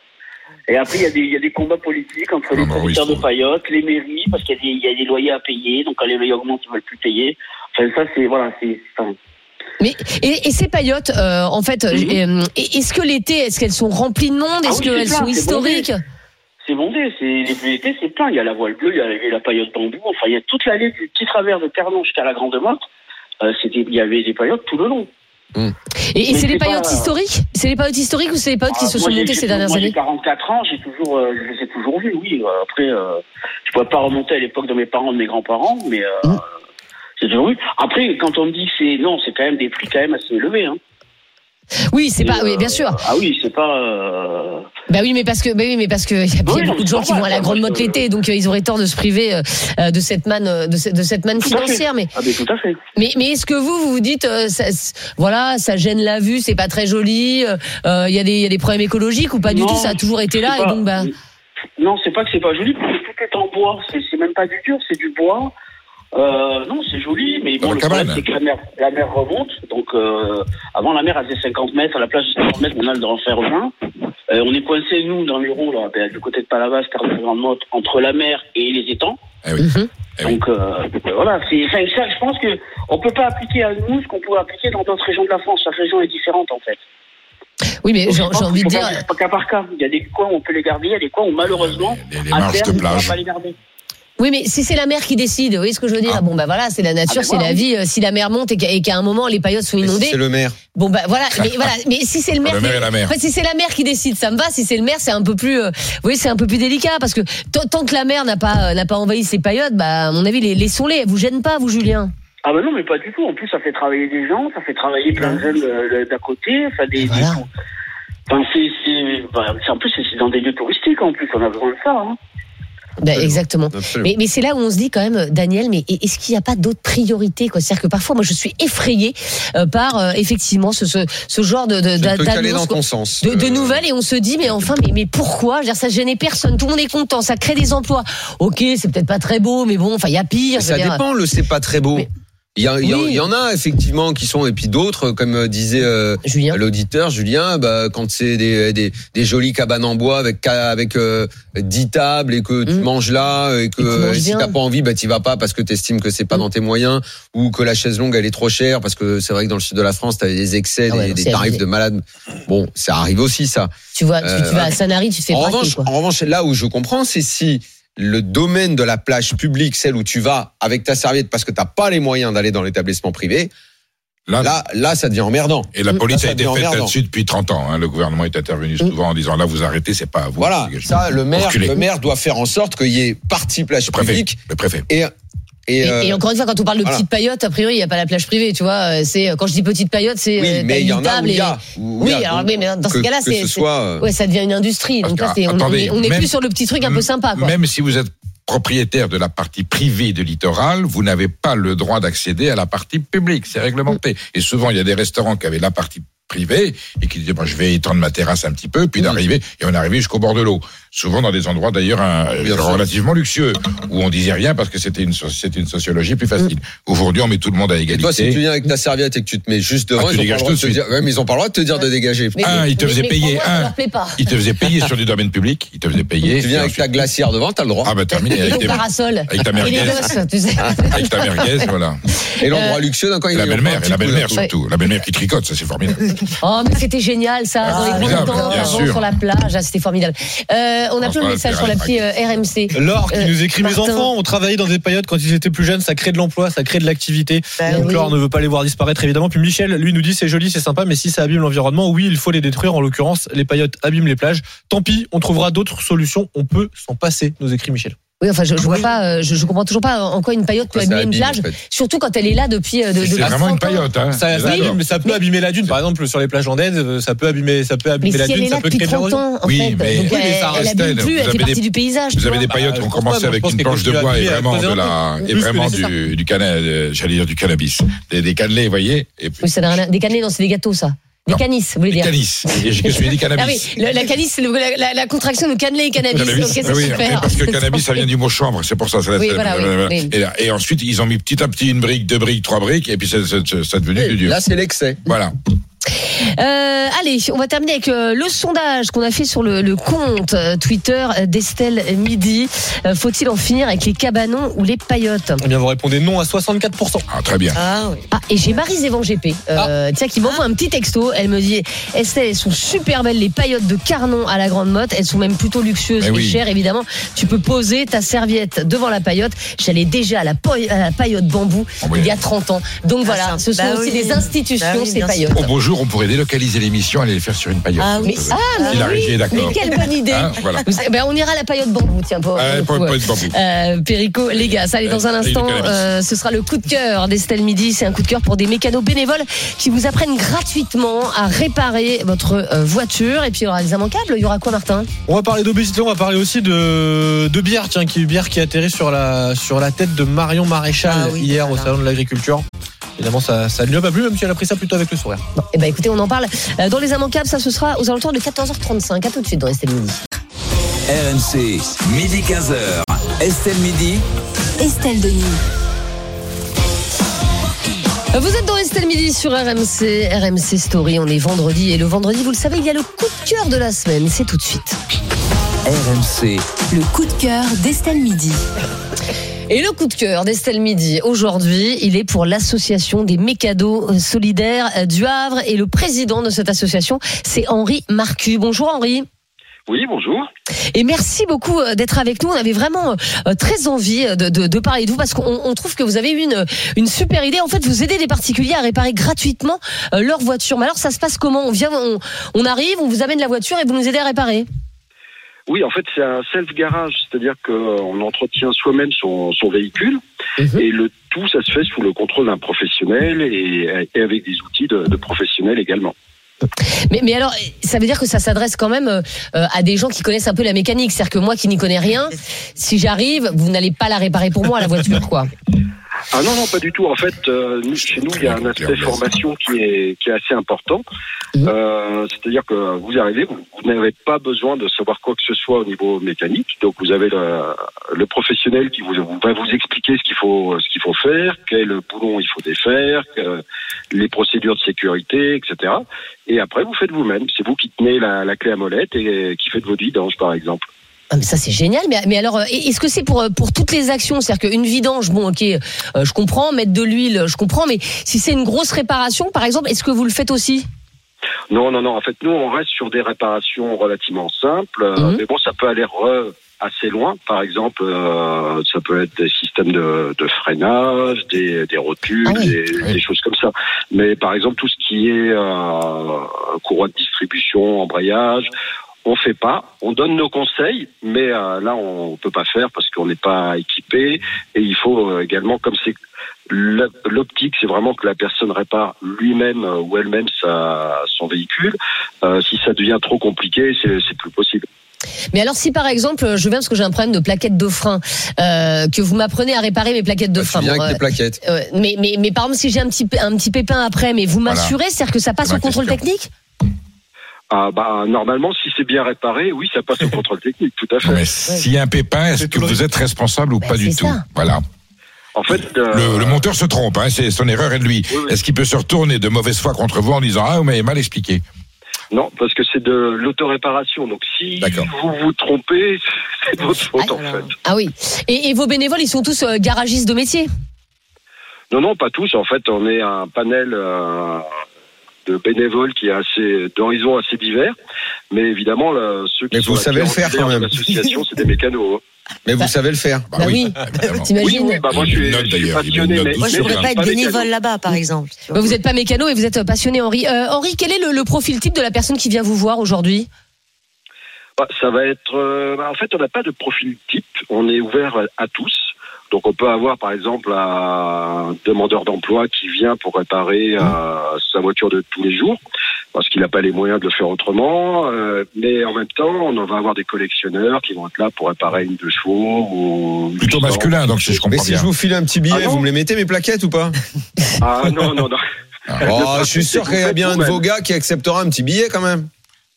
G: Et après, il y, a des- il y a des combats politiques entre les
E: Ah bah oui,
G: producteurs
E: ça.
G: de paillotes, les mairies, parce qu'il y, a des- il y a des loyers à payer. Donc, quand les loyers augmentent, ils veulent plus payer. Enfin, ça, c'est, voilà, c'est. enfin,
A: Mais et, et ces paillotes, euh, en fait, euh, est-ce que l'été, est-ce qu'elles sont remplies de monde
G: Mhm.
A: Est-ce
G: Ah oui, c'est
A: qu'elles
G: plein,
A: sont
G: c'est
A: historiques
G: C'est bondé, c'est les VTT, c'est plein. Il y a la voile bleue, il y a la- la paillote bambou. Enfin, il y a toute l'allée du petit travers de Ternon jusqu'à la Grande Motte. Euh, c'était, il y avait des paillotes tout le long.
A: Et, et
G: Mais
A: c'est
G: c'est
A: les
G: pas- euh,
A: paillotes historiques C'est les paillotes historiques ou c'est les paillotes qui
G: Ah,
A: se
G: moi,
A: sont
G: j'ai-
A: montées
G: j'ai-
A: ces dernières
G: moi,
A: années
G: J'ai 44 ans, j'ai toujours, euh, je les ai toujours vus. Oui, Euh, après, euh, je pourrais pas remonter à l'époque de mes parents, de mes grands-parents, mais euh,
A: Mhm.
G: j'ai toujours vu. Après, quand on me dit que c'est non, c'est quand même des prix quand même assez élevés. Hein.
A: Oui, c'est
G: Et,
A: pas, oui,
G: euh,
A: bien sûr.
G: Ah oui, c'est pas. euh,
A: Bah oui, mais parce que, bah oui, mais parce que *laughs* il y a bien
G: Oui, non,
A: beaucoup de
G: c'est
A: gens qui
G: normal,
A: vont à la
G: ça,
A: grande
G: moi,
A: motte
G: je-
A: l'été, donc euh, ils auraient tort de se priver euh, euh, de cette manne, euh, de, ce- de cette manne
G: Tout à fait.
A: financière. Mais,
G: Ah ben tout à fait.
A: mais, mais est-ce que vous, vous vous dites, euh, ça, c- voilà, ça gêne la vue, c'est pas très joli, euh, euh, il y a des, il y a des problèmes écologiques ou pas du
G: Non,
A: tout, ça a toujours été là
G: C'est
A: et
G: pas-
A: donc bah.
G: Non, c'est pas que c'est pas joli, parce que tout est en bois. C'est c'est même pas du dur, c'est du bois. Euh, non, c'est joli, mais
E: Dans la
G: bon, le problème,
E: cabane.
G: c'est que la mer, la mer remonte. Donc, euh, avant, la mer, elle faisait 50 mètres. À la plage de 50 mètres, maintenant, elle doit en faire 20. Euh, on est coincé, nous, dans l'Hérault, là, ben, du côté de Palavas, Terre de Grande Motte, entre la mer et les étangs.
E: Eh oui.
A: Mhm.
E: Eh oui.
G: Donc, euh, voilà, c'est, enfin, ça, je pense que on peut pas appliquer à nous ce qu'on pourrait appliquer dans d'autres régions de la France. Chaque région est différente, en fait.
A: Oui, mais
G: Donc,
A: j'ai
G: je pense
A: j'ai envie de
G: qu'il faut
A: dire.
G: faire Cas par cas. Il y a des coins où on peut les garder, il y a des coins où, malheureusement,
E: Les, les
G: à
E: marges
G: terme,
E: de
G: on pourra
E: plage. Ah,
G: pas les garder.
A: Oui, mais si c'est la mer qui décide, vous voyez ce que je veux dire
E: Ah.
A: Bon, bah voilà, c'est la nature,
G: Ah, ben
A: c'est la
G: voilà.
A: vie. Euh, Si la mer monte et qu'à et qu'à un moment les paillotes sont
D: Mais si
A: inondées,
D: c'est le maire.
A: bon, bah voilà. Mais
G: *laughs*
A: voilà, mais si c'est le maire,
E: Le maire
A: qui-
E: et la mer.
A: En fait, si c'est la mer qui décide, ça me va. Si c'est le maire, c'est un peu plus, euh, vous voyez, c'est un peu plus délicat parce que tant- tant que la mer n'a pas euh, n'a pas envahi ces paillotes, bah à mon avis, les laissons-les. Elles vous gênent pas, vous, Julien
G: Ah ben non, mais pas du tout. En plus, ça fait travailler des gens, ça fait travailler plein de jeunes euh, d'à côté. Enfin, des,
A: Voilà.
G: des- Enfin, c'est, c'est- bah, c'est- en plus, c'est c'est dans des lieux touristiques. En plus, on a besoin de ça. hein.
A: Bah, Exactement.
D: Absolument.
A: Mais, mais c'est là où on se dit quand même, euh, Daniel, mais est- est-ce qu'il n'y a pas d'autres priorités quoi C'est-à-dire que parfois, moi, je suis effrayée euh, par euh, effectivement ce, ce, ce genre de, de
D: Je ne peux qu'aller
A: d'annonce,
D: dans
A: quoi.
D: ton sens.
A: de, de
D: Euh,
A: nouvelles et on se dit mais enfin mais mais pourquoi Je veux dire, ça gênait personne tout le monde est content ça crée des emplois ok c'est peut-être pas très beau mais bon enfin il y a pire
D: Mais
A: je
D: ça
A: veux dire.
D: dépend, le c'est pas très beau.
A: Mais-
D: Il y, a- il y a-
A: Oui.
D: il y en a effectivement qui sont, et puis d'autres, comme euh, disait euh,
A: Julien
D: l'auditeur Julien, bah, quand c'est des, des, des jolies cabanes en bois avec ca- avec euh, 10 tables et que tu
A: Mm.
D: manges là et que
A: Et tu manges
D: euh, si
A: bien.
D: t'as pas envie, bah t'y vas pas parce que t'estimes que c'est pas
A: Mm.
D: dans tes moyens ou que la chaise longue elle est trop chère parce que c'est vrai que dans le sud de la France t'avais des excès,
A: Ah ouais,
D: des-
A: non,
D: des
A: c'est
D: tarifs
A: abusé.
D: de malade. Bon, ça arrive aussi ça.
A: tu vois tu,
D: Euh,
A: tu vas à Sanary tu te fais
D: En
A: braquer,
D: revanche,
A: quoi.
D: en revanche, là où je comprends, c'est si le domaine de la plage publique, celle où tu vas avec ta serviette parce que t'as pas les moyens d'aller dans l'établissement privé,
E: Là,
D: là, là, ça devient emmerdant.
E: et la
A: Mm.
E: police
D: Ça, ça
E: a été
D: devient
E: faite
D: emmerdant.
E: là-dessus depuis 30 ans. hein. Le gouvernement est intervenu souvent en disant là, vous arrêtez, c'est pas à vous.
D: Mm. Voilà,
E: C'est-
D: ça, le maire,
E: Reculez.
D: le maire doit faire en sorte qu'il y ait partie plage
E: Le préfet.
D: publique
E: Le préfet.
D: et et,
A: et,
D: euh,
A: et encore une fois, quand on parle de
D: voilà.
A: petite paillotte, a priori, il n'y a pas la plage privée, tu vois. euh, C'est quand je dis petite paillotte, c'est euh,
D: oui,
A: t'as
D: mais il y
A: une
D: en a où
A: table
D: il y
A: et-
D: a. où il
A: Oui,
D: y a,
A: alors
D: donc,
A: mais, mais dans ce
D: que-
A: cas-là,
D: que
A: c'est
D: ce
A: c'est-
D: soit, euh,
A: ouais, ça devient une industrie.
E: Parce
A: Donc là,
D: Ah,
E: que,
A: c'est- on on
E: attendez,
A: est, on est
E: même-
A: plus sur le petit truc un peu
E: M-
A: sympa, quoi.
E: Même si vous êtes propriétaire de la partie privée du littoral, vous n'avez pas le droit d'accéder à la partie publique, c'est réglementé. Et souvent, il y a des restaurants qui avaient la partie privé et qui disait bah, je vais étendre ma terrasse un petit peu
A: Mm.
E: puis d'arriver et on arrivait jusqu'au bord de l'eau souvent dans des endroits d'ailleurs hein,
D: Bien sûr.
E: relativement luxueux où on disait rien parce que c'était une so- c'était une sociologie plus facile
A: Mm.
E: aujourd'hui on met tout le monde à
D: Et
E: égalité
D: toi, si tu viens avec ta serviette et que tu te mets juste devant,
E: Ah,
D: ils,
E: tu
D: ont pas
E: dégages
D: le droit
E: tout
D: de
E: de Ah,
D: te dire, ouais, mais ils ont pas le droit de te dire de dégager.
A: Mais-
E: Un, il te
A: mais-
E: faisait
A: mais
E: payer,
A: pour moi,
E: un.
A: Ça leur plaît pas.
E: il te faisait payer sur du domaine public il te faisait payer
D: Tu viens
E: et
D: avec ta
E: ensuite-
D: glacière devant, t'as le droit.
E: ah
A: *laughs*
E: bah terminé
A: Et
E: avec,
A: ton
E: tes-
A: parasol.
E: bah, avec ta
A: Et les
E: merguez Ah.
A: gosses, tu sais.
E: avec ta merguez voilà
D: Et
A: Euh,
D: l'endroit luxueux d'un coin,
E: et
D: il
E: bah. la
D: est
E: belle-mère et la belle-mère
A: Ouais.
E: surtout la belle-mère qui tricote ça c'est formidable
A: Oh, mais c'était génial, ça.
E: Ah,
A: dans les grands
E: formidable,
A: temps,
E: bien
A: avant,
E: sûr.
A: sur la plage. Ah, c'était formidable. Euh, on a
E: Ah,
A: plein de
E: voilà,
A: messages sur
E: Pierre
A: l'appli euh, RMC.
B: Laure qui
A: Euh,
B: nous écrit Mes
A: Martin.
B: enfants ont travaillé dans des périodes quand ils étaient plus jeunes, ça crée de l'emploi, ça crée de l'activité.
D: Bah
F: Ben
B: Donc
A: oui.
B: Laure ne veut pas les voir disparaître évidemment. Puis Michel, lui, nous dit C'est joli, c'est sympa, mais si ça abîme l'environnement, oui, il faut les détruire. En l'occurrence, les paillotes abîment les plages. Tant pis, on trouvera d'autres solutions, on peut s'en passer, nous écrit Michel.
A: Oui, enfin, je, je vois
F: Oui.
A: pas, euh, je, je comprends toujours pas en quoi une paillote peut
D: Pourquoi ça
A: abîmer une
D: abîme, en
A: plage,
D: fait
A: surtout quand elle est là depuis. euh, de-
E: c'est
A: depuis
E: vraiment
A: 30 ans.
E: une paillote hein.
B: Ça,
E: C'est
B: ça,
E: d'accord.
B: abîme, ça peut abîmer la dune, par exemple, sur les plages landaises, euh, ça peut abîmer, ça peut
A: Mais
B: abîmer la
A: si elle
B: dune,
A: est
B: ça
A: là
B: peut
A: depuis
B: créer de
A: 30
B: l'érosion.
A: ans, en
E: Oui,
A: fait,
E: mais-
A: donc
E: Oui,
B: mais
A: elle,
B: ça
A: elle
E: reste
A: abîme
E: elle.
A: plus,
E: Vous
A: elle
E: avez
A: fait
E: des-
A: partie du paysage.
E: Vous
A: tu
E: avez
A: vois.
E: des paillotes
B: bah,
E: qu'on
B: je
E: commence
B: pense pas,
E: avec
B: mais je
E: une
B: pense
E: planche de
B: qu'elle
E: bois et
B: continue à
E: vraiment de
B: creuser
E: la, et
A: Oui,
E: vraiment
A: c'est ça.
E: du, du canal, euh, j'allais dire du cannabis, des, des cannelés, vous voyez, et puis
A: Oui, ça n'a rien à- Des cannelés, non, c'est des gâteaux, ça. Des
E: Non.
A: canis, vous voulez
E: des
A: dire.
E: canis. Et je suis dit
A: Ah
E: cannabis.
A: oui, le- la canis, c'est le- la, la- la contraction de cannelé et cannabis.
E: Cannabis.
A: Ok,
E: Ah
A: c'est
E: oui, mais
A: super. *laughs*
E: parce que le cannabis, ça vient du mot chambre, c'est pour ça. c'est la-
A: Oui,
E: c'est-
A: voilà, oui, oui.
E: Et, là- et ensuite, ils ont mis petit à petit une brique, deux briques, trois briques, et puis ça, ça, ça- ça est devenu
B: Euh,
E: du dieu.
D: Là, c'est l'excès.
E: Voilà.
A: Euh, allez, on va terminer avec euh, le sondage qu'on a fait sur le, le compte euh, Twitter d'Estelle Midi. Euh, Faut-il en finir avec les cabanons ou les paillotes
B: Eh bien, vous répondez non à 64%.
E: Ah, très bien.
F: Ah oui.
A: Ah, et j'ai Marie-Zévan GP,
F: Ah.
A: euh, tiens, qui m'envoie un petit texto. Elle me dit Estelle, elles sont super belles, les paillotes de Carnon à la Grande Motte. Elles sont même plutôt luxueuses
E: Eh
A: et
E: oui.
A: chères, évidemment. Tu peux poser ta serviette devant la paillote. J'allais déjà à la, poi- à la paillote bambou
F: Ah
E: Oh, oui.
A: il y a 30 ans. Donc voilà,
F: ça-
A: ce sont
F: bah
A: aussi
F: oui.
A: des institutions,
F: Bah oui,
A: ces
F: bien sûr.
A: paillotes.
E: Au beau jour, on pourrait délocaliser l'émission, aller le faire sur une paillote.
F: Ah oui.
E: Euh, si la régie est
A: Mais
E: d'accord.
A: quelle bonne idée
E: Hein, voilà.
A: Vous savez, ben, on ira à la paillote bambou, tiens, pour,
E: Ah,
A: pour le coup,
E: pas- pas
A: euh,
E: de bambou.
A: euh, Perico, les gars, ça allez, dans un
E: Euh,
A: instant,
E: et le cannabis.
A: euh, ce sera le coup de cœur d'Estelle Midi. C'est un coup de cœur pour des mécanos bénévoles qui vous apprennent gratuitement à réparer votre euh, voiture. Et puis il y aura des immanquables. Il y aura quoi, Martin
B: On va parler d'obésité, on va parler aussi de, de bière, tiens, qui, bière qui atterrit sur la, sur la tête de Marion Maréchal
F: Ah oui,
B: hier
F: voilà.
B: au Salon de l'Agriculture. Évidemment, ça, ça ne lui a pas plu, même si elle a pris ça plutôt avec le sourire.
A: Bon, Eh ben, écoutez, on en parle euh, dans les immanquables. Ça, ce sera aux alentours de 14h35. À tout de suite dans Estelle Midi.
C: RMC, midi 15h. Estelle Midi.
H: Estelle Denis.
A: Vous êtes dans Estelle Midi sur RMC, RMC Story. On est vendredi et le vendredi, vous le savez, il y a le coup de cœur de la semaine. C'est tout de suite.
C: RMC,
H: Le coup de cœur d'Estelle Midi.
A: Et le coup de cœur d'Estelle Midi, aujourd'hui, il est pour l'association des Mécados euh, solidaires du Havre. Et le président de cette association, c'est Henri Marcu. Bonjour Henri.
G: Oui, bonjour.
A: Et merci beaucoup euh, d'être avec nous. On avait vraiment euh, très envie euh, de, de- de parler de vous parce qu'on on trouve que vous avez eu une, une super idée. En fait, vous aidez les particuliers à réparer gratuitement euh, leur voiture. Mais alors, ça se passe comment On vient, on, on arrive, on vous amène la voiture et vous nous aidez à réparer.
G: Oui, en fait, c'est un self-garage, c'est-à-dire qu'on entretient soi-même son, son véhicule
E: Mhm.
G: et le tout, ça se fait sous le contrôle d'un professionnel et, et avec des outils de, de professionnels également.
A: Mais, mais alors, ça veut dire que ça s'adresse quand même euh, euh, à des gens qui connaissent un peu la mécanique. C'est-à-dire que moi qui n'y connais rien, si j'arrive, vous n'allez pas la réparer pour moi, la voiture, quoi.
G: Ah non, non, pas du tout. En fait, euh, nous, chez nous, il y a un aspect formation qui est, qui est assez important.
A: Mhm.
G: Euh, c'est-à-dire que vous arrivez, vous, vous n'avez pas besoin de savoir quoi que ce soit au niveau mécanique. Donc, vous avez le, le professionnel qui vous, va vous expliquer ce qu'il faut, ce qu'il faut faire, quel boulon il faut défaire, que- les procédures de sécurité, etc. Et après, vous faites vous-même. C'est vous qui tenez la, la clé à molette et qui faites vos vidanges, par exemple.
A: Ah, mais ça, c'est génial. Mais, mais alors, euh, est-ce que c'est pour, euh, pour toutes les actions C'est-à-dire qu'une vidange, bon, ok, euh, je comprends, mettre de l'huile, je comprends. Mais si c'est une grosse réparation, par exemple, est-ce que vous le faites aussi
G: Non, non, non. En fait, nous, on reste sur des réparations relativement simples. euh,
A: Mhm.
G: Mais bon, ça peut aller re- assez loin. Par exemple, euh, ça peut être des systèmes de, de freinage, des, des rotules,
A: Ah oui.
G: des,
E: Oui.
G: des choses comme ça. Mais par exemple, tout ce qui est euh, courroie de distribution, embrayage, on fait pas. On donne nos conseils, mais euh, là, on peut pas faire parce qu'on n'est pas équipé. Et il faut euh, également, comme c'est le- l'optique, c'est vraiment que la personne répare lui-même euh, ou elle-même sa, son véhicule. Euh, si ça devient trop compliqué, c'est c'est plus possible.
A: Mais alors, si par exemple, euh, je viens parce que j'ai un problème de plaquettes de frein, euh, que vous m'apprenez à réparer mes plaquettes de
D: Bah,
A: frein.
D: tu viens
A: bon,
D: avec
A: euh,
D: tes plaquettes.
A: euh, mais, mais, mais par exemple, si j'ai un petit, p- un petit pépin après, mais vous
E: Voilà.
A: m'assurez, c'est-à-dire que ça passe
E: C'est
A: au
E: ma
A: contrôle
E: question.
A: technique
G: Ah bah normalement, si c'est bien réparé, oui,
D: *laughs*
G: ça passe au contrôle technique, tout à
E: Non,
G: fait.
E: mais s'il y a un pépin, est-ce
B: C'est
E: que
B: tout le
E: vous êtes responsable ou
A: Bah,
E: pas du
A: c'est
E: tout
A: ça.
E: Voilà.
G: En fait, euh,
E: Le, le monteur se trompe, hein, c'est son erreur est de lui.
G: Oui, oui.
E: Est-ce qu'il peut se retourner de mauvaise foi contre vous en disant ah vous m'avez mal expliqué
G: non, parce que c'est de l'autoréparation. Donc si
E: D'accord.
G: vous vous trompez, *laughs* c'est de votre faute
A: Ah,
G: en fait.
A: Ah oui. Et, et vos bénévoles, ils sont tous euh, garagistes de métier
G: Non, non, pas tous. En fait, on est un panel euh, de bénévoles qui est assez d'horizons assez divers. Mais évidemment, là, ceux qui
D: Mais
G: sont
D: vous
G: la
D: savez le
G: pierre
D: faire,
G: angulaire
D: quand
G: de
D: même.
G: L'association, c'est des mécanos. hein.
D: Mais vous savez le faire.
E: Bah
A: Bah
E: oui,
A: oui.
E: évidemment.
A: T'imagines
G: Oui, oui, bah moi je
E: Il
G: suis,
E: note,
G: je suis
E: d'ailleurs, il
G: passionné,
E: note
G: mais,
E: tout
F: Moi, je
E: sur
G: mais
F: voudrais
E: un-
F: pas être
G: mécano.
F: bénévole là-bas, par exemple. tu vois.
A: Bah, Vous n'êtes pas mécano et vous êtes euh, passionné, Henri. Euh, Henri, quel est le, le profil type de la personne qui vient vous voir aujourd'hui
G: Bah, ça va être. euh, bah, en fait, on n'a pas de profil type. On est ouvert à- à tous. Donc, on peut avoir, par exemple, un demandeur d'emploi qui vient pour réparer
E: Mmh.
G: euh, sa voiture de tous les jours parce qu'il n'a pas les moyens de le faire autrement. euh, mais en même temps, on en va avoir des collectionneurs qui vont être là pour réparer une deux chevaux ou une
E: Plutôt
G: Mustang.
E: masculin, donc si je
D: Mais
E: comprends
D: si
E: bien.
D: je vous file un petit billet,
G: Ah non
D: vous me les mettez mes plaquettes ou pas
G: Ah non non non. *laughs*
E: Ah.
D: oh, Je suis sûr qu'il y a bien un de vos
G: Vous-même.
D: gars qui acceptera un petit billet quand même.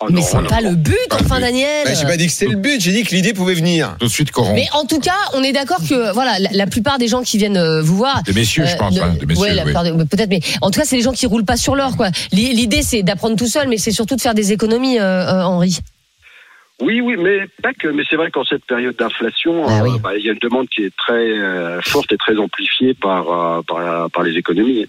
G: Ah
A: Mais
G: non,
A: c'est
G: non.
A: pas le but,
E: Pas le
A: enfin,
E: but.
A: Daniel
D: Bah, j'ai pas dit que c'était le but, j'ai dit que l'idée pouvait venir.
E: Tout de suite corrompt.
A: Mais en tout cas, on est d'accord que voilà, la, la plupart des gens qui viennent euh, vous voir.
E: Des messieurs, je
A: euh,
E: pense.
A: ne-
E: hein, des messieurs,
A: ouais, la
E: oui.
A: plupart des- bah, peut-être, mais en tout cas, c'est les gens qui roulent pas sur l'or, quoi. L'i- L'idée, c'est d'apprendre tout seul, mais c'est surtout de faire des économies, euh, euh, Henri.
G: Oui, oui, mais pas que. Mais c'est vrai qu'en cette période d'inflation,
A: Ah
G: euh, bah, il
A: oui.
G: y a une demande qui est très euh, forte et très amplifiée par, euh, par, la- par les économies.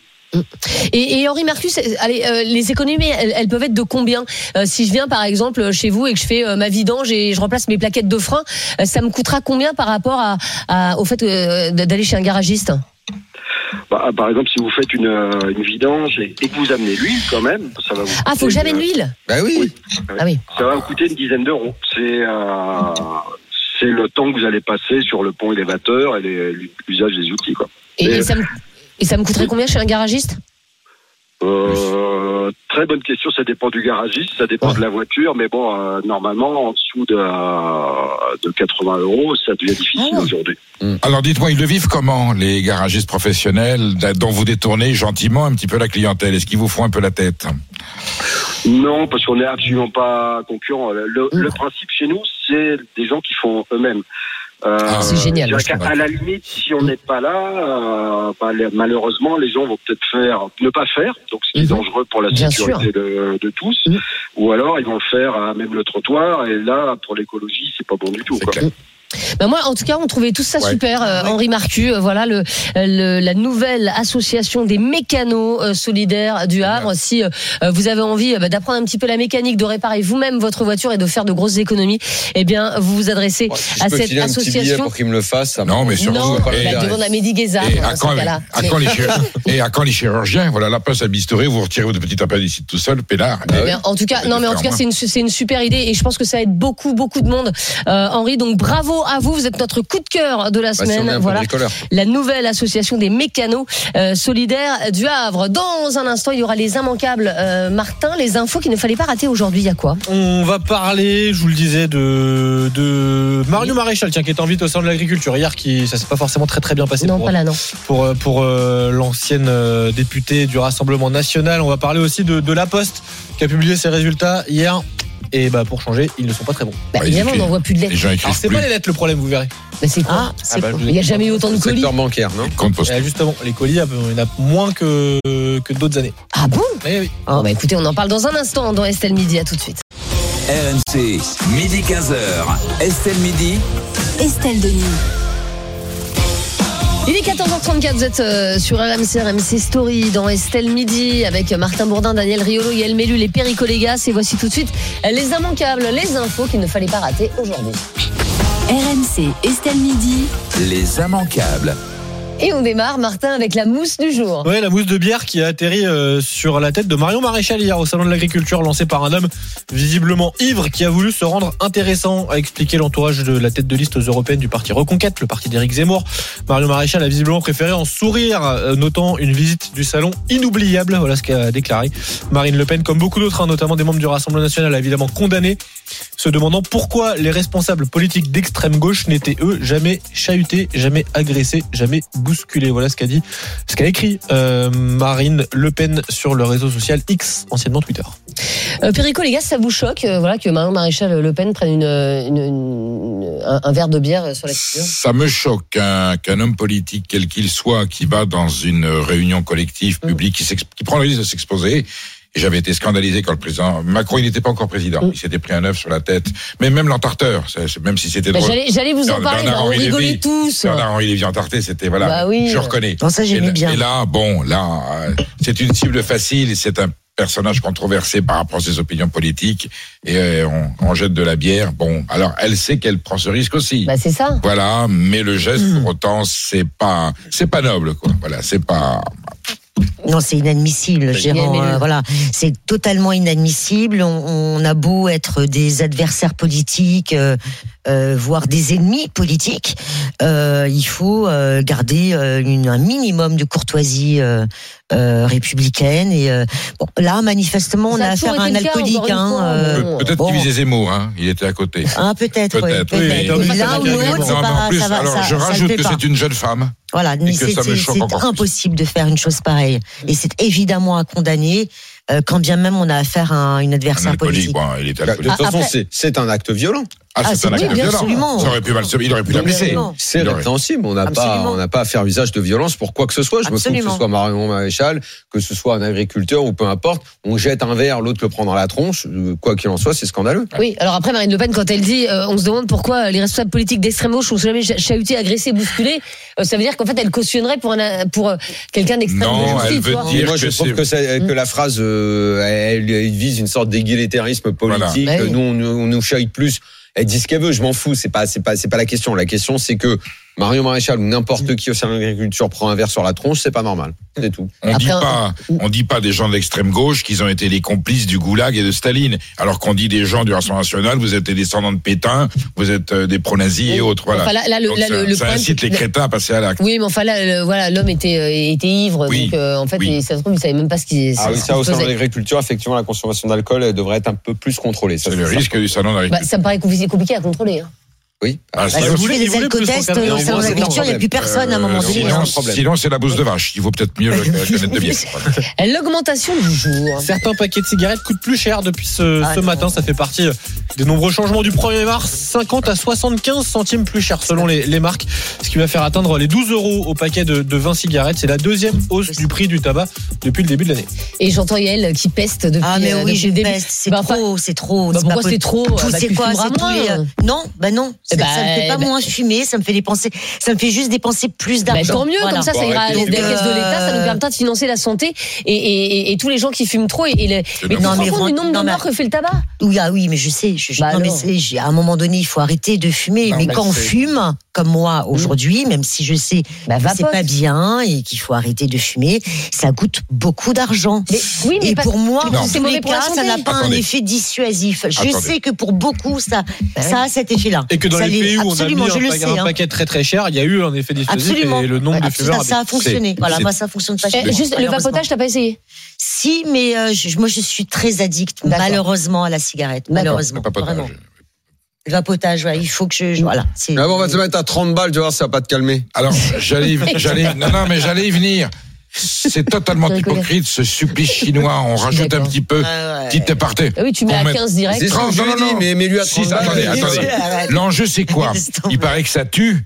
A: Et, et Henri Marcus, euh, allez, euh, les économies, elles, elles peuvent être de combien Euh, Si je viens, par exemple, chez vous et que je fais euh, ma vidange et je remplace mes plaquettes de frein, euh, ça me coûtera combien par rapport à, à- au fait euh, d'aller chez un garagiste
G: Bah, par exemple, si vous faites une, euh, une vidange et, et que vous amenez l'huile, quand même, ça va vous.
A: Ah, faut
G: coûter
A: que j'amène
G: une- euh,
A: l'huile.
D: Bah oui.
A: Ah oui.
G: Ça va vous coûter une dizaine d'euros. C'est euh, c'est le temps que vous allez passer sur le pont élévateur et les- l'usage des outils, quoi.
A: Et,
G: Et-
A: et ça me, et ça me coûterait combien chez un garagiste
G: Euh, très bonne question. Ça dépend du garagiste, ça dépend de la voiture, mais bon, euh, normalement, en dessous de, euh, de 80 euros, ça devient difficile
A: Ah ouais.
G: aujourd'hui.
E: Alors dites-moi, ils le vivent comment les garagistes professionnels da- dont vous détournez gentiment un petit peu la clientèle Est-ce qu'ils vous font un peu la tête
G: Non, parce qu'on n'est absolument pas concurrent. Le, le principe chez nous, c'est des gens qui font eux-mêmes. Euh,
E: Ah,
A: c'est génial,
G: je dirais
E: je comprends.
G: qu'à- à la limite, si on n'est pas là, euh, bah, les- malheureusement, les gens vont peut-être faire, ne pas faire, donc ce qui est
A: Mhm.
G: dangereux pour la
A: Bien
G: sécurité de, de tous,
A: Mhm.
G: ou alors ils vont le faire à même le trottoir, et là, pour l'écologie, c'est pas bon du tout.
E: C'est
G: quoi.
E: clair.
A: Bah moi, en tout cas, on trouvait tout ça
E: Ouais.
A: super. euh, Henri Marcu, euh, voilà le, euh, le- la nouvelle association des mécanos euh, solidaires du Havre. Si euh, euh, vous avez envie euh, bah, d'apprendre un petit peu la mécanique, de réparer vous-même votre voiture et de faire de grosses économies, eh bien, vous vous adressez
D: Oh, si je
A: à
D: peux
A: cette
D: filer un petit billet
A: association.
D: pour qu'il me le fasse, ça
E: Non, mais
A: non,
E: surtout.
D: vous parlez
E: et-
A: bah,
D: de-
A: devant la Médigézard,
E: Et
A: dans
E: à,
A: ce
E: quand,
A: cas-là.
E: à
A: Mais-
E: quand les chirurgiens, et à quand les chirurgiens Voilà, la place à bistorer, vous retirez votre petit appel ici tout seul, pédard.
D: Ah
A: Mais eh en tout cas,
E: Ça
A: non,
E: peut
A: mais en
E: faire
A: tout cas,
D: hein.
E: moins.
A: c'est une, c'est une super idée et je pense que ça aide beaucoup, beaucoup de monde. Euh, Henri, donc bravo à vous. Vous êtes notre coup de cœur de la
D: Bah, si on
A: semaine.
D: est un peu
A: voilà.
D: bricoleur.
A: la nouvelle association des mécanos euh, solidaires du Havre. Dans un instant, il y aura les immanquables. Euh, Martin, les infos qu'il ne fallait pas rater aujourd'hui, il y a quoi
B: On va parler, je vous le disais, de, de Mario Maréchal, tiens, qui était en visite au sein de l'agriculture hier, qui ça s'est pas forcément très très bien passé
A: Non,
B: pour,
A: pas là, non.
B: pour, euh, pour, euh, l'ancienne euh, députée du Rassemblement National. On va parler aussi de, de La Poste, qui a publié ses résultats hier. Et bah pour changer, ils ne sont pas très bons.
A: Bah,
E: Bah,
A: évidemment, on
E: écoutez,
A: n'envoie plus de
E: Les
A: lettres.
E: gens
B: Alors
D: Ah
E: écrivent
B: c'est
E: plus.
B: pas les lettres le problème, vous verrez.
A: Mais c'est quoi C'est
B: ah bah,
A: quoi
B: je vous
A: Il n'y a jamais eu autant de
D: Le
A: colis.
D: secteur bancaire, non
E: Compte postal.
B: Euh, justement, les colis, ah, il y en a moins que, que d'autres années.
A: Ah bon
B: Eh oui.
A: Oh, bah, Écoutez, on en parle dans un instant dans Estelle Midi. À tout de suite.
C: RMC, midi 15h. Estelle Midi.
H: Estelle Denis.
A: Il est 14h34, vous êtes euh, sur RMC, RMC Story dans Estelle Midi avec Martin Bourdin, Daniel Riolo, Yael Melu, les Péricolégas. Et voici tout de suite euh, les immanquables, les infos qu'il ne fallait pas rater aujourd'hui.
H: RMC Estelle Midi.
C: Les immanquables.
A: Et on démarre, Martin, avec la mousse du jour.
B: Ouais, la mousse de bière qui a atterri euh, sur la tête de Marion Maréchal hier au salon de l'agriculture lancé par un homme visiblement ivre qui a voulu se rendre intéressant, a expliqué l'entourage de la tête de liste européenne du parti Reconquête, le parti d'Éric Zemmour. Marion Maréchal a visiblement préféré en sourire, euh, notant une visite du salon inoubliable, voilà ce qu'a déclaré Marine Le Pen, comme beaucoup d'autres, hein, notamment des membres du Rassemblement national, a évidemment condamné, se demandant pourquoi les responsables politiques d'extrême gauche n'étaient eux jamais chahutés, jamais agressés, jamais bousculés. Voilà ce qu'a dit ce qu'a écrit euh, Marine Le Pen sur le réseau social X, anciennement Twitter.
A: Euh, Perico, les gars, ça vous choque euh, voilà, que Marion Maréchal Le Pen prenne une, euh, une- une- un, un verre de bière euh, sur la figure
E: Ça me choque qu'un qu'un homme politique, quel qu'il soit, qui va dans une réunion collective, publique, qui, s'exp- qui prend le risque de s'exposer. Et j'avais été scandalisé quand le président Macron, il n'était pas encore président. Il s'était pris un œuf sur la tête. Mais même l'entarteur, c'est- c'est- même si c'était
A: Bah,
E: drôle.
A: J'allais j'allais vous en
E: Bernard-
A: parler, hein.
E: Bernard
A: on
E: Henri
A: rigolait
E: Lévy.
A: tous.
E: Bernard-Henri Lévy entarté, c'était voilà.
A: Bah oui.
E: Je reconnais.
F: Dans ça,
E: et,
F: j'aimais
E: là-
F: bien.
E: et là, bon, là, euh, c'est une cible facile. C'est un personnage controversé par rapport à ses opinions politiques. Et euh, on, on jette de la bière. Bon, alors elle sait qu'elle prend ce risque aussi.
A: Bah, c'est ça.
E: Voilà, mais le geste,
F: Hmm.
E: pour autant, c'est pas, c'est pas noble, quoi. Voilà, c'est pas.
F: Non, c'est inadmissible, gérant.
A: Inadmissible.
F: euh, voilà, c'est totalement inadmissible. On, on a beau être des adversaires politiques, euh, euh, voire des ennemis politiques, euh, il faut euh, garder euh, une, un minimum de courtoisie euh, euh, républicaine. Et euh, bon, là, manifestement, on
A: Ça
F: a
A: a
F: affaire à
A: toujours
F: un
A: été le cas,
F: alcoolique.
A: encore une
F: hein,
A: fois,
F: euh,
A: Bon,
E: Peut-être
F: bon.
E: qu'il visait Zemmour, hein. Il était à côté.
F: hein, peut-être, ouais,
E: Peut-être, oui,
F: peut-être.
E: mais-
F: Mais Là ou l'autre, c'est
E: Non, mais en
F: pas,
E: plus,
F: ça va,
E: alors
F: ça,
E: je
F: ça le
E: rajoute
F: fait
E: que
F: pas. Ah,
E: c'est une jeune femme.
F: Voilà, mais
E: que
F: c'est
E: ça me
F: c'est-
E: choque
F: c'est
E: encore plus.
F: impossible de faire une chose pareille. Et c'est évidemment à condamner, euh, quand bien même on a affaire à un- une
E: Un
F: adversaire
E: alcoolique,
F: politique.
E: bon, il était
D: Bah, De toute
E: alcoolique.
F: Ah,
D: façon,
F: après-
D: c'est- c'est un acte violent.
E: Ah,
F: ah,
E: c'est un
F: oui,
E: acte
F: bien
E: violent.
F: absolument.
E: Ça aurait pu mal, il aurait pu la blesser.
F: Absolument.
D: C'est
E: Il aurait-
D: répréhensible. On n'a pas,
F: Absolument.
D: on n'a pas à faire usage de violence pour quoi que ce soit. Je me trouve que
F: Absolument.
D: ce soit Marion Maréchal, que ce soit un agriculteur ou peu importe. On jette un verre, l'autre le prend dans la tronche. Euh, Quoi qu'il en soit, c'est scandaleux.
A: Oui, alors après Marine Le Pen, quand elle dit, euh, on se demande pourquoi les responsables politiques d'extrême gauche sont jamais cha- chahutés, agressés, bousculés, euh, ça veut dire qu'en fait elle cautionnerait pour, un- pour euh, quelqu'un d'extrême
E: Non,
A: gauche. aussi,
E: elle
A: tu
E: veut
A: vois.
E: dire-
D: moi, je
E: que
D: trouve
E: c'est-
D: que, ça- que la phrase, euh, elle, elle vise une sorte d'égalitarisme politique.
A: Voilà.
D: Euh, Nous, on, nous- on nous chahute plus. Elle dit ce qu'elle veut. Je m'en fous. C'est pas, c'est pas, c'est pas la question. La question, c'est que Marion Maréchal ou
E: Mm.
D: n'importe qui au sein de l'agriculture prend un verre sur la tronche. C'est pas normal. C'est tout.
E: On dit
A: Après,
E: pas, on dit pas des gens de l'extrême gauche qu'ils ont été les complices du goulag et de Staline. Alors qu'on dit des gens du Rassemblement National, vous êtes des descendants de Pétain, vous êtes euh, des pro-nazis et autres, voilà.
A: Enfin, là, là, le,
E: Donc,
A: là,
E: ça,
A: le- le
E: ça
A: problème,
E: incite
A: c'est
E: les
A: que-
E: crétins à passer à l'acte.
A: Oui, mais enfin là, le- voilà, l'homme était, euh, était ivre,
E: Oui.
A: donc euh, en fait,
E: Oui.
A: il- ça se trouve, il savait même pas ce qu'il
D: Ah
A: ce
D: oui,
A: qu'il
D: ça, au sein de
A: faisait.
D: l'agriculture, effectivement, la consommation d'alcool elle devrait être un peu plus contrôlée. Ça,
E: C'est le
D: ça.
E: risque du salon
A: Bah,
E: d'agriculture.
A: ça me paraît compli- compliqué à contrôler. hein.
D: Oui.
E: Ah,
F: Bah,
E: sinon,
B: Ils
F: si tu
B: voulaient-
F: fais
B: ils
F: des euh,
B: voulaient plus
F: alcotests
B: s'encadrer.
F: au
D: Ils
F: salon
D: voulaient
F: d'agriculture, il n'y a
D: plus
F: plus personne à un moment
E: euh,
F: donné.
D: non.
F: hein.
E: sinon,
D: un problème.
E: sinon, c'est la bouse de vache. Il vaut peut-être mieux la la canette de bière.
A: L'augmentation du jour.
B: Certains paquets de cigarettes coûtent plus cher depuis ce,
F: Ah
B: ce
F: non.
B: matin. Ça fait partie des nombreux changements du 1er mars. 50 à 75 centimes plus cher selon les, les marques, ce qui va faire atteindre les 12 euros au paquet de, de 20 cigarettes. C'est la deuxième hausse du prix du tabac depuis le début de l'année.
A: Et j'entends Yael qui peste depuis,
F: Ah mais
A: euh,
F: oui,
A: depuis
F: je
A: le début.
F: peste, c'est
A: Bah, enfin,
F: trop, c'est
A: bah,
F: trop. pas
A: pourquoi c'est
F: possible.
A: trop
F: Tout
A: Bah,
F: c'est
A: tu
F: quoi
A: fumeras
F: C'est tous
A: moins.
F: les, euh, Non, bah non. Ça,
A: Bah,
F: ça me fait pas
A: bah,
F: moins fumer, ça me fait dépenser, ça me fait juste dépenser plus
A: Bah,
F: d'argent.
A: tant mieux,
F: Voilà.
A: comme ça, ça
D: Bon,
A: ira
D: arrêtez.
A: dans les
F: Donc,
A: caisses de l'État, ça nous
F: euh,
A: permettra de financer la santé et, et- et- et tous les gens qui fument trop. Et, et les... Mais tu te
F: non,
A: rends
F: mais
A: compte du
F: vraiment-
A: nombre de
F: non, mais-
A: morts que fait le tabac
F: Oui, ah oui, mais je sais. Je, je-
A: Bah
F: non, mais
A: alors.
F: c'est- j'ai- à un moment donné, il faut arrêter de fumer.
E: Non,
F: mais
E: mais
F: quand on
E: c'est-
F: fume, comme moi aujourd'hui, même si je sais
A: Mm. Bah,
F: que
A: va
F: c'est pas bien et qu'il faut arrêter de fumer, ça coûte beaucoup d'argent.
A: Mais, oui, mais
F: Et
A: pas-
F: pour moi,
A: mais
E: Non.
F: en
A: c'est
F: tous
A: mauvais
F: les
A: pour la
F: cas, ça
A: santé.
F: n'a pas un
E: Attendez.
F: effet dissuasif. Je
E: Attendez.
F: sais que pour beaucoup, ça,
A: Bah
F: ça a cet effet-là.
B: Et que dans
F: Ça
B: les
F: l'est
B: pays où on a mis
F: absolument,
B: un,
F: je le
B: paquet-
F: sais,
B: un
F: hein.
B: paquet très très cher, il y a eu un effet dissuasif
F: Absolument.
B: et le nombre
F: Ouais,
B: de fumeurs.
F: ça, ça a fonctionné. Voilà,
E: c'est-
F: moi, ça fonctionne pas. chez
A: Eh,
F: moi,
A: juste le
F: malheureusement.
A: vapotage, t'as pas essayé
F: Si, mais euh, je, moi, je suis très addict,
A: D'accord.
F: malheureusement, à la cigarette. Malheureusement.
E: Pas potage.
F: Vraiment. Le vapotage, ouais, il faut que je. je- voilà. c'est-
E: Ah
D: Mais Ah bon, on
E: bah,
D: va te mettre à 30 balles, tu vois, ça va pas te calmer.
E: Alors, j'allais, j'allais, non, non, mais j'allais y venir. C'est totalement
A: Je rigolais.
E: hypocrite, ce supplice chinois. On rajoute un
A: D'accord.
E: petit peu.
F: Ouais, ouais.
E: Petit aparté.
A: Ah Oui, tu mets
E: On
A: à
E: met-
A: 15 direct.
D: C'est ce que
E: Non,
D: je
E: non,
D: lui ai
E: non,
D: dit,
E: non.
D: mais, mais lui a 30
E: Si,
D: balles.
E: attendez,
D: mais-
E: attendez.
F: Arrête.
E: L'enjeu, c'est quoi
F: Laisse tomber.
E: Il paraît que ça tue.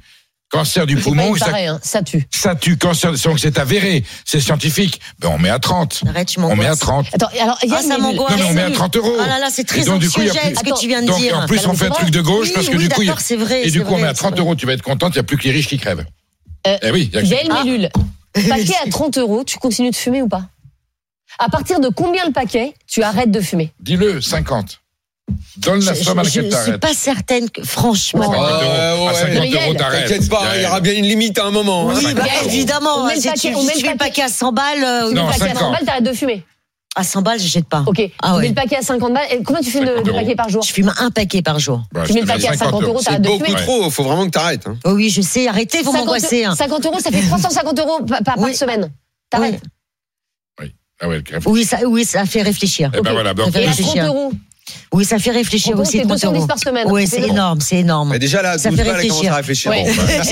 E: Cancer du
A: C'est pas
E: poumon, que ça,
A: pareil, hein, ça tue.
E: ça tue. Cancer, donc c'est avéré, c'est scientifique. Ben, on met à 30.
F: Arrête, tu
E: On met à
F: m'angoisses.
E: 30.
A: Attends, alors, Yann,
F: Ah, ça
A: mais-
F: m'angoisse.
E: Non, mais on met à 30 euros.
F: Ah là là, c'est
E: Et
F: très
E: donc, du coup, il y a
F: anxiogène ce
E: plus-
F: que tu viens de
E: Donc,
F: dire.
E: en plus, on fait un truc de gauche,
F: Oui,
E: parce que
F: oui,
E: du coup, il y a-
F: d'accord, c'est vrai.
E: Et du
F: c'est
E: coup, on
F: vrai,
E: met à
F: c'est
E: 30
F: vrai.
E: euros, tu vas être contente, il n'y a plus que les riches qui crèvent.
A: Euh,
E: eh oui, il y a que-
A: Yael Mellul,
F: Ah.
A: paquet
F: *laughs*
A: à 30 euros, tu continues de fumer ou pas À partir de combien le paquet tu arrêtes de fumer
E: dis-le, 50. Donne la
F: Je-
E: somme à
F: je-
E: laquelle
F: Je suis
E: t'arrêtes.
F: pas certaine, que, franchement.
E: Ah,
D: Ouais,
E: euros.
D: ouais.
E: À 50 euros,
A: Gaël,
E: t'arrêtes.
D: T'inquiète pas, il y aura bien une limite à un moment. hein.
F: Oui, bah, évidemment.
I: On met le
F: si
I: paquet-
F: tu,
I: on
F: si
I: met
F: tu
I: le
F: fais le
I: paquet-
F: paquet à 100 balles, euh,
I: Le
E: Non,
I: paquet à
E: 50.
I: 100 balles, t'arrêtes de fumer.
F: à 100 balles, je jette pas.
I: Ok.
F: Ah ouais.
I: Tu mets le paquet à 50 balles. Et combien tu fais de,
E: 50
I: de
E: euros.
I: paquets par jour
F: Je fume un paquet par jour.
E: Bah,
I: Tu mets le paquet à 50 euros,
D: C'est
I: t'arrêtes de
D: beaucoup
I: fumer.
D: trop, faut vraiment que t'arrêtes. hein.
F: Oh oui, je sais, arrêtez, vous
I: 50
F: m'angoissez. hein.
I: 50 euros, ça fait 350 euros par, par
F: Oui.
I: semaine. T'arrêtes.
E: Ah ouais, le crève.
F: Oui, ça, oui, ça fait réfléchir.
E: Eh ben voilà, donc,
F: Ça fait
I: Et à
E: Merci,
I: 30
F: réfléchir.
I: euros,
F: Oui, ça fait réfléchir
I: en gros,
F: aussi.
I: c'est
F: 30
I: 210
F: euros.
I: par
A: hein.
I: semaine.
F: Oui, c'est énorme, c'est énorme.
D: Mais déjà là,
F: Ça
D: 12
F: fait
D: balles, elle commence à réfléchir.
I: Ouais.
E: Bon,
A: *laughs*
E: ben,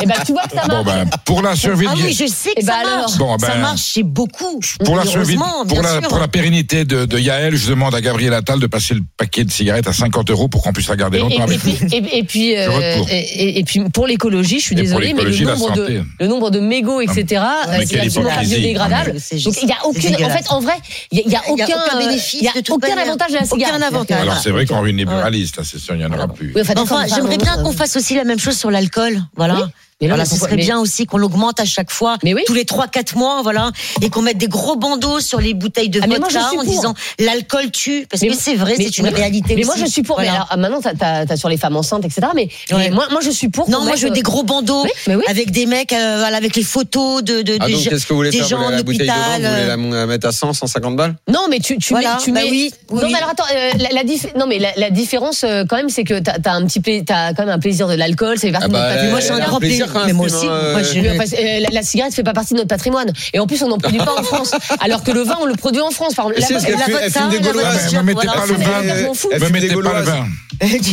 A: Eh
I: Et bah, tu vois que ça
E: bon,
I: marche.
E: ben, pour la survie de
F: Ah
E: Guy-
F: oui, je sais que
I: Eh ben
F: ça
I: alors.
F: marche.
E: Bon,
F: ça
E: ben,
F: marche chez beaucoup.
E: Pour la, survie,
F: Heureusement,
E: pour,
F: bien
E: la,
F: sûr.
E: pour la pérennité de, de Yael, je demande à Gabriel Attal de passer le paquet de cigarettes à 50 euros pour qu'on puisse la garder
A: Et, et-
E: longtemps
A: et
E: avec nous.
A: puis, et- et puis, euh,
E: vote pour.
A: et, et- et puis pour l'écologie, je suis
E: Et pour
A: désolée, mais le
E: l'écologie, la
A: nombre,
E: santé.
A: de, le nombre de mégots, etc., euh,
E: mais
A: c'est
E: quelle
A: absolument pas
E: hypocrisie.
A: biodégradable.
F: C'est
A: Donc,
F: juste-
A: il y a
F: Ah, c'est
A: aucune, en
F: dégueulasse.
A: fait, en vrai, il y a- il y a,
F: Il y a aucun bénéfice,
A: il y a
F: de toute
A: aucun
F: manière.
A: avantage à la cigarette.
F: Aucun avantage.
E: Alors c'est vrai qu'en rue libéraliste, là, c'est sûr, il n'y en aura
F: Voilà.
E: plus.
A: Oui, enfin,
F: Mais
A: d'accord,
F: Enfin,
A: enfin,
F: j'aimerais
A: bon,
F: bien
A: euh,
F: qu'on fasse aussi la même chose sur l'alcool, voilà.
A: mais non, mais
F: voilà, ce
A: pourquoi-
F: serait
A: mais-
F: bien aussi qu'on l'augmente à chaque fois,
A: Mais oui.
F: tous les 3-4 mois, voilà, et qu'on mette des gros bandeaux sur les bouteilles de
A: Ah, mais moi, je
F: vodka
A: suis
F: en
A: pour.
F: disant l'alcool tue, parce
A: Mais-
F: que c'est vrai,
A: mais-
F: c'est une
A: mais-
F: réalité.
A: Mais moi,
F: aussi.
A: je suis pour. Mais
F: Voilà.
A: alors, ah, maintenant, t'as, t'as- t'as sur les femmes enceintes, etc. Mais, mais
F: Ouais.
A: moi, moi, je suis pour.
F: Non,
A: qu'on
F: moi
A: mette,
F: je veux
A: euh,
F: des gros bandeaux
A: oui, mais oui.
F: avec des mecs, euh, voilà, avec les photos de, de
D: Ah
F: des
D: donc
F: gens-
D: qu'est-ce que vous voulez
F: des
D: faire Vous
F: gens
D: voulez
F: en
D: la bouteille de
F: hôpital. euh,
D: vin Vous voulez la la mettre à 100, 150 balles
A: Non, mais tu, tu
F: Voilà,
A: mets, tu
F: bah
A: mets-
F: oui, oui,
A: non,
F: oui.
A: mais alors attends, euh, la, la dif- non mais la, la différence euh, quand même, c'est que t'as, t'as un petit, pla- t'as quand même un plaisir de l'alcool, c'est parti de notre
F: Ah, moi,
D: euh,
F: c'est
A: patrimoine.
F: un
D: elle a
F: grand
D: plaisir
F: plaisir,
D: quand
F: mais moi
D: même,
F: aussi,
D: hein,
F: moi,
D: euh,
F: je-
A: Oui, enfin, c'est- euh, la, la cigarette fait pas partie de notre patrimoine. Et en plus, on n'en produit pas en
D: *laughs*
A: France. Alors que le vin, on le produit en France. Par exemple,
D: Et
A: la-
D: c'est ce qu'elle
F: la
D: fait, elle
F: vodka,
D: fume des
F: la
D: Gaulois.
F: vodka.
E: Ne me mettez
F: voilà,
E: pas le
F: c'est-
E: vin. euh,
A: je m'en fous.
E: Ne
D: Elle
E: me
D: fume des
E: mettez pas
D: Gaulois.
E: le vin. Ne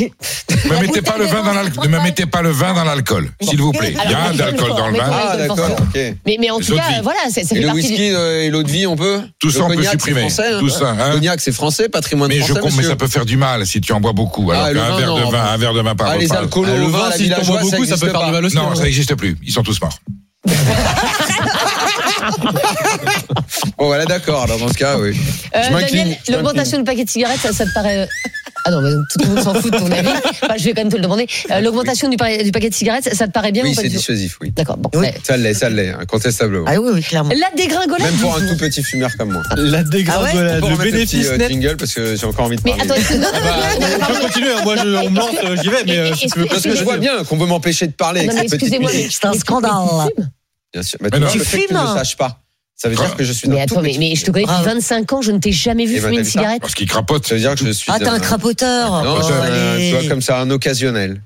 E: me mettez pas le vin dans l'alcool. Ne me mettez pas le vin dans l'alcool, s'il vous plaît. Il y
A: Alors,
E: a un
A: mettez-le
E: d'alcool
A: fort,
E: dans le
A: mettez-le
E: vin.
D: Ah
A: Ouais,
D: d'accord,
A: forcément.
D: ok. Et
A: mais, mais en
E: Les
A: tout
E: autres
A: cas,
E: vies.
A: voilà, c'est, ça fait
D: le
A: partie du-
D: whisky euh, et l'eau de vie, on peut
E: Tout
D: Le
E: ça, on peut
D: cognac, c'est
E: supprimer.
D: français, hein.
E: Tout ça, hein.
D: Cognac, c'est français, patrimoine
E: Mais je
D: français,
E: comprends, mais
D: monsieur.
E: ça peut faire du mal si tu en bois beaucoup. Alors
D: Ah, le
E: qu'un
D: vin,
E: verre de
D: non.
E: vin, un verre de vin par
D: Ah, les
E: repas.
D: alcooleux,
B: Ah,
D: au
B: le
D: vin,
B: vin,
D: la
B: si t'en bois
D: villageoise, ça
B: beaucoup, ça peut
D: existe
B: faire
D: pas.
B: du mal aussi.
E: Non,
B: hein.
E: ça n'existe plus. Ils sont tous morts.
D: Bon voilà, d'accord, alors dans ce cas, oui.
A: Euh,
D: Je m'incline,
A: Daniel,
D: je
A: l'augmentation du paquet de cigarettes, ça, ça te paraît. Ah non, mais tout le monde s'en fout de ton
D: *laughs*
A: avis. Enfin, je vais quand même te le demander. Euh, l'augmentation du, pa- du paquet de cigarettes, ça, ça te paraît bien
D: Ah, Oui,
A: ou pas
D: c'est
A: du tout
D: dissuasif, oui.
A: D'accord, bon.
F: Oui.
A: ouais.
D: Ça l'est, ça l'est, incontestablement.
F: Ah oui, oui, clairement.
A: La dégringolade.
D: Même pour un
A: du jour.
D: tout petit fumeur comme moi.
B: La
F: Ah
D: On
B: dégringolade,
D: peut
B: le
D: remettre le petit
B: bénéfice
D: euh,
B: net.
D: jingle parce que j'ai encore envie de
A: Mais
D: parler.
A: attends, *laughs* est-ce que-
D: Bah,
B: Je peux continuer, hein, moi je, on me lance, euh, j'y vais, mais euh, si tu veux
D: Parce que je vois bien qu'on veut m'empêcher de parler.
A: Non,
D: avec
A: mais
D: cette petite
A: excusez-moi, mais
D: musique.
F: C'est un
A: mais tu-
F: scandale.
A: mais tu fumes.
D: Bien sûr. Mais Ah. tu le fait que je
E: Mais non.
F: Fume.
D: ne sache pas. Ça veut dire que je suis.
A: Mais
D: un tout
A: attends, mais,
D: petit
A: mais je te connais depuis
F: Bravo.
A: 25 ans, je ne t'ai jamais vu
D: Eh ben,
A: fumer
D: t'as
A: une
D: vu ça
A: cigarette.
E: Parce qu'ils crapotent.
D: Ça veut dire que je suis.
F: Ah, t'es un
D: Non,
F: crapoteur.
D: non,
F: Oh,
D: euh,
F: allez.
D: tu vois, comme ça, un occasionnel.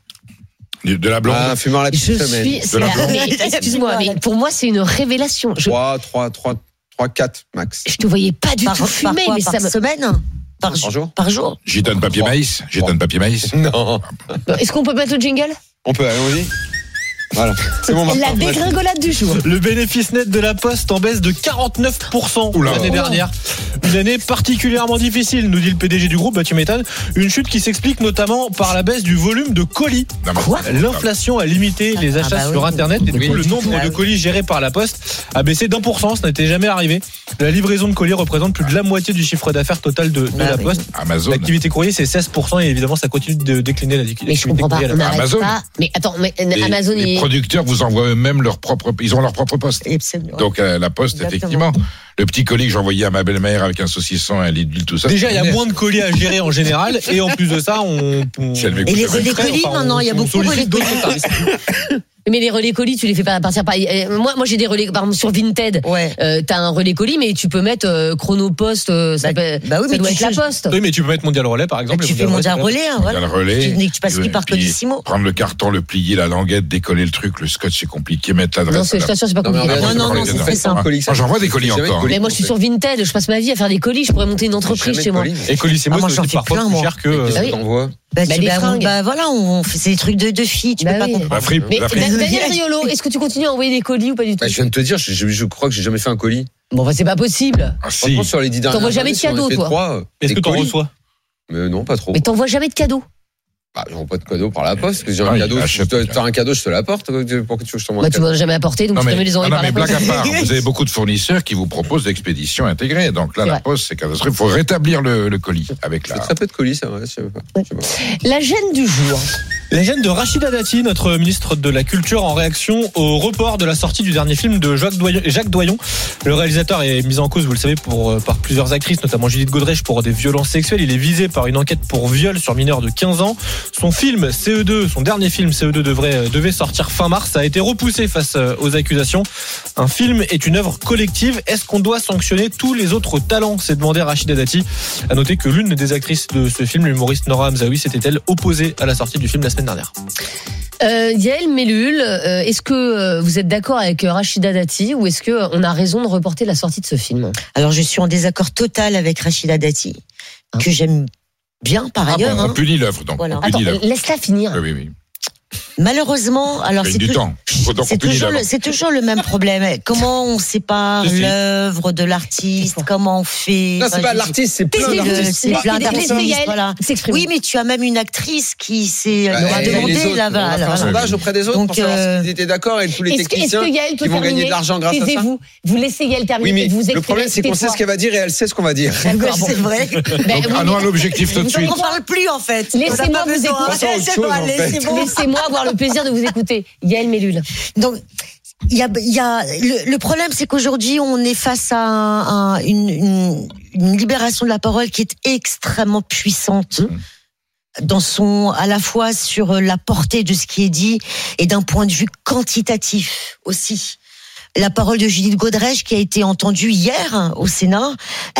E: De la blonde.
D: Ah, un fumeur la
A: Je
D: petite semaine.
A: suis. c'est
E: la
A: la-
E: blonde.
A: mais Excuse-moi, mais pour moi, c'est une révélation. Je,
D: 3, 3, 3, 3, 4 max.
A: je te voyais pas du
F: Par,
A: tout
F: par
A: fumer,
F: quoi,
A: mais
F: par
A: ça me.
F: semaine par,
D: Par jour
F: Par jour.
E: J'étonne papier
D: Trois.
E: maïs. J'étonne papier maïs.
D: Non.
A: Est-ce qu'on peut mettre le jingle
D: On peut, allons-y. Voilà. C'est bon,
A: La
D: Martin.
A: dégringolade du jour.
B: Le bénéfice net de la Poste en baisse de 49%
E: Oula.
B: l'année
E: Oula.
B: dernière. Une année particulièrement difficile, nous dit le PDG du groupe, bah tu m'étonnes. Une chute qui s'explique notamment par la baisse du volume de colis.
E: Non, mais-
B: L'inflation a limité les
F: Ah
B: achats
F: bah oui.
B: sur Internet et Ah bah, du
F: Oui.
B: coup le nombre
F: Ah
B: de
F: oui.
B: colis gérés par la Poste a baissé d'un pour cent, ce n'était jamais arrivé. La livraison de colis représente plus de la moitié du chiffre d'affaires total de, de
F: Ah
B: la
F: oui.
B: Poste.
E: Amazon.
B: L'activité courrier c'est 16% et évidemment ça continue de décliner la
A: Mais je comprends pas. On
E: Bah,
A: n'arrête
E: Amazon.
A: pas. Mais attends, mais euh,
E: Les-
A: Amazon,
E: les,
A: il-
E: producteurs vous envoient eux-mêmes leur propre, ils ont leur propre poste.
F: Et c'est- Bah, ouais.
E: Donc euh, la poste,
F: Exactement.
E: effectivement, le petit colis que j'envoyais à ma belle-mère avec un saucisson, un lit d'huile, tout ça.
B: Déjà, il y a
E: c'est
B: moins de colis à gérer en général, et en plus de ça, on. on-
E: C'est le
B: on
E: mec.
F: Et les
E: Enfin,
F: relais
B: on-
F: colis,
B: on-
F: maintenant, il y a
B: on
F: beaucoup de
B: sollicite
F: relais colis.
B: d'autres services.
F: *laughs*
A: mais les relais colis, tu les fais pas partir par. euh, Moi, moi j'ai des relais, par exemple, sur Vinted.
F: Ouais.
A: Euh, t'as un relais colis, mais tu peux mettre euh, Chronopost, euh, ça,
F: Bah,
A: peut-
F: bah oui,
A: ça
F: mais
A: doit
F: tu
A: être la
F: changes-
A: poste.
B: Oui, mais tu peux mettre Mondial Relais, par exemple.
F: Bah, tu
B: et
F: fais
B: Mondial
F: monter un
B: Relais,
F: relais, hein,
E: Il y a
F: voilà.
E: le relais.
F: Tu- tu passes
E: Et
F: plus par
E: puis,
F: Codissimo. Bah,
E: Prendre le carton, le plier, la languette, décoller le truc, le scotch, c'est compliqué. Mettre
A: Non,
E: l'adresse.
A: c'est- je t'assure, c'est pas
D: Non, mais
A: compliqué.
D: regarde,
F: Non, non,
D: vous
F: non,
D: faites
F: c'est
D: un
F: très simple.
D: colis, ça-
E: Moi, j'envoie des colis
D: C'est jamais
E: encore.
D: de colis.
A: Mais moi, je suis sur Vinted, je passe ma vie à faire des colis, je pourrais monter une entreprise
D: Jamais
A: chez
D: de
A: moi.
D: colis.
B: Et Colissimo,
F: Ah, moi,
B: c'est
F: j'en
B: aussi
F: fais
B: parfois
F: plein,
B: plus
F: moi.
B: cher que. euh,
D: Qu'est-ce
A: Ah
D: que
A: oui.
D: t'envoies
F: Bah,
A: Bah,
F: tu-
A: les
F: bah, on-
A: fringues.
F: bah, voilà, on fait c'est des trucs de, de filles, tu
A: Bah
F: peux pas
A: oui.
F: comprendre.
E: La fripe,
A: Mais
E: la fripe.
A: Da- Daniel Riolo, est-ce que tu continues à envoyer des colis ou pas du tout
D: Bah, Je viens de te dire, je, je- je crois que j'ai jamais fait un colis.
A: Bon, bah, c'est pas possible.
E: Ah, si.
D: Franchement, sur les dix dernières
A: T'envoies jamais
D: années,
A: de
D: si on en
A: cadeaux,
D: fait
A: toi
D: trois, euh,
B: Est-ce
D: des
B: que t'en
D: colis.
B: reçois
D: Mais non, pas trop.
A: Mais t'envoies jamais de cadeaux.
D: Bah, j'envoie pas de cadeau par la poste. parce que J'ai
E: Ah,
D: un
E: il
D: cadeau. si
E: achète.
D: T'as t'as un cadeau, je te l'apporte. Pourquoi tu veux que je t'envoie
A: Bah,
D: un
A: tu
D: cadeau
A: m'en as jamais apporté, donc
E: Non
A: tu
E: mais,
A: peux me les
E: non,
A: envoyer par
E: mais
A: la
E: blague
A: poste. *laughs*
E: à
F: *laughs*
E: part, vous avez beaucoup de fournisseurs qui vous proposent l'expédition intégrée. Donc là,
A: C'est
E: la
A: vrai.
E: poste, c'est catastrophique. Il faut rétablir le, le colis avec
D: Je fais
E: la.
D: très peu de colis, ça, ouais, je sais pas. Je sais pas.
A: La gêne du jour.
B: La gêne de Rachida Dati, notre ministre de la Culture, en réaction au report de la sortie du dernier film de Jacques Doyon. Jacques Doyon. Le réalisateur est mis en cause, vous le savez, pour, euh, par plusieurs actrices, notamment Judith Godrèche, pour des violences sexuelles. Il est visé par une enquête pour viol sur mineur de 15 ans. Son film CE2, son dernier film CE2 devrait, euh, devait sortir fin mars, Ça a été repoussé face euh, aux accusations. Un film est une œuvre collective. Est-ce qu'on doit sanctionner tous les autres talents C'est demandé à Rachida Dati. À noter que l'une des actrices de ce film, l'humoriste Nora Hamzaoui, s'était-elle opposée à la sortie du film la semaine dernière.
A: Euh, Yael Mellul, euh, est-ce que euh, vous êtes d'accord avec euh, Rachida Dati ou est-ce que euh, on a raison de reporter la sortie de ce film
F: Alors, je suis en désaccord total avec Rachida Dati,
A: Ah.
F: que j'aime bien par
E: Ah,
F: ailleurs.
E: bon, on
F: hein.
E: punit l'œuvre, donc.
F: Voilà. euh,
E: On
A: Attends,
E: punit l'œuvre.
A: laisse-la finir.
E: Oui, oui, oui.
F: Malheureusement,
E: On
F: alors
E: gagne
F: c'est
E: du
F: tou-
E: temps. Autant qu'on
F: C'est
E: punit
F: toujours,
E: l'œuvre.
F: le, c'est toujours le
E: *laughs*
F: même problème. Comment on sépare
E: Si, si.
F: l'œuvre de l'artiste Comment on fait
D: Non, c'est
F: Enfin,
D: pas
F: je-
D: l'artiste, c'est
F: C'est
D: plein
F: le-
D: d'artistes.
F: c'est plein
I: Laissez
F: d'artistes.
I: Yael
F: Voilà.
A: S'exprimer.
F: Oui, mais tu as même une actrice qui s'est euh,
D: Bah,
F: leur a
D: et les
F: demandé
D: autres, on
F: là-bas.
D: a fait un
F: alors.
D: sondage auprès des autres
F: Donc,
D: pour savoir
F: euh,
D: s'ils étaient d'accord et tous les
I: Est-ce que, est-ce
D: techniciens
I: que Yael peut
D: qui vont
I: terminer
D: gagner de l'argent grâce à ça.
I: Taisez-vous. Vous laissez Yael terminer.
D: Oui, mais
I: et vous
D: le problème, c'est qu'on sait ce qu'elle va dire et elle sait ce qu'on va dire.
F: D'accord, Ah, c'est vrai.
I: Ben
E: Donc,
I: oui,
E: allons à
I: mais-
E: l'objectif tout de
F: On
E: suite.
F: n'en parle plus en fait. On n'a
I: Laissez-moi
F: pas
I: vous écouter.
F: besoin.
D: Passons à autre
F: C'est
D: chose,
F: bon,
D: en
F: allez,
D: fait.
F: c'est bon.
A: Laissez-moi avoir le plaisir de vous écouter. Yael Mellul.
F: Donc, il y a, il y a- le, le problème, c'est qu'aujourd'hui, on est face à un- un- une, une- une libération de la parole qui est extrêmement puissante. Dans son, à la fois sur la portée de ce qui est dit et d'un point de vue quantitatif aussi. La parole de Judith Godrèche qui a été entendue hier au Sénat,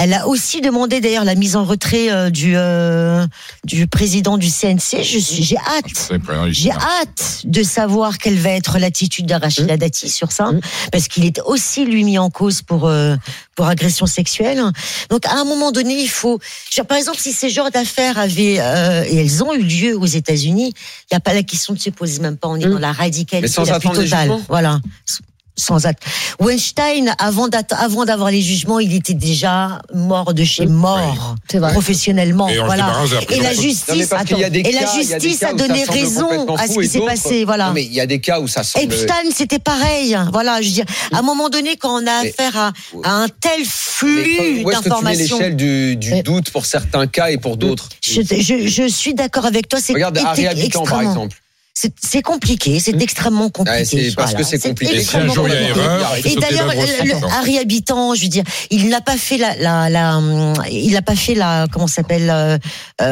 F: elle a aussi demandé d'ailleurs la mise en retrait euh, du euh, du président du CNC. Je suis, j'ai hâte
E: C'est prenant ici,
F: j'ai
E: hein.
F: hâte de savoir quelle va être l'attitude d'Arachida Dati sur ça, parce qu'il est aussi lui mis en cause pour euh, pour agression sexuelle. Donc à un moment donné, il faut. je veux dire, Par exemple, si ces genres d'affaires avaient euh, et elles ont eu lieu aux États-Unis, il n'y a pas la question ne se pose même pas. On est
A: Mm.
F: dans la radicalité
D: Mais sans
F: la plus
D: attendre les
F: totale.
D: jugements.
F: Voilà. S- Sans acte. Weinstein, avant d'att- avant d'avoir les jugements, il était déjà mort de chez mort,
A: C'est vrai.
F: professionnellement.
E: Et on se
F: Oh, voilà.
E: débarrasse de la
F: Et
E: prison.
F: la
D: Non, mais
F: justice,
D: parce qu'il y a
F: attends,
D: des
F: et la
D: cas- il y a des
F: justice
D: cas
F: a
D: où ça
F: donné
D: semble
F: raison
D: complètement
F: à ce
D: fou
F: qui
D: et
F: s'est
D: d'autres-
F: passé, voilà.
D: Non, mais il y a des cas où ça semble.
F: Epstein, c'était pareil. hein, Voilà, je veux dire, à un moment donné, quand on a
D: Mais-
F: affaire à, à un tel
D: Mais
F: flux
D: Où est-ce que tu mets
F: d'informations,
D: l'échelle du, du
A: Oui.
D: doute pour certains cas et pour d'autres
F: je, je- je suis d'accord avec toi. C'est
D: Regarde
F: éthique-
D: Harry Habitant, par
F: extrêmement-
D: exemple. Hmm.
F: C'est c'est compliqué, c'est extrêmement compliqué.
D: Ouais, c'est parce
F: voilà.
D: que c'est compliqué.
E: Et si un
F: extrêmement
E: jour il y a
F: compliqué.
E: erreur, on fait
F: Et
E: sauter
F: d'ailleurs,
E: l'œuvre aussi.
F: le- le
E: Attends.
F: Harry Habitant, je veux dire, il n'a pas fait la, la, la hum, il n'a pas fait la, comment ça s'appelle, euh,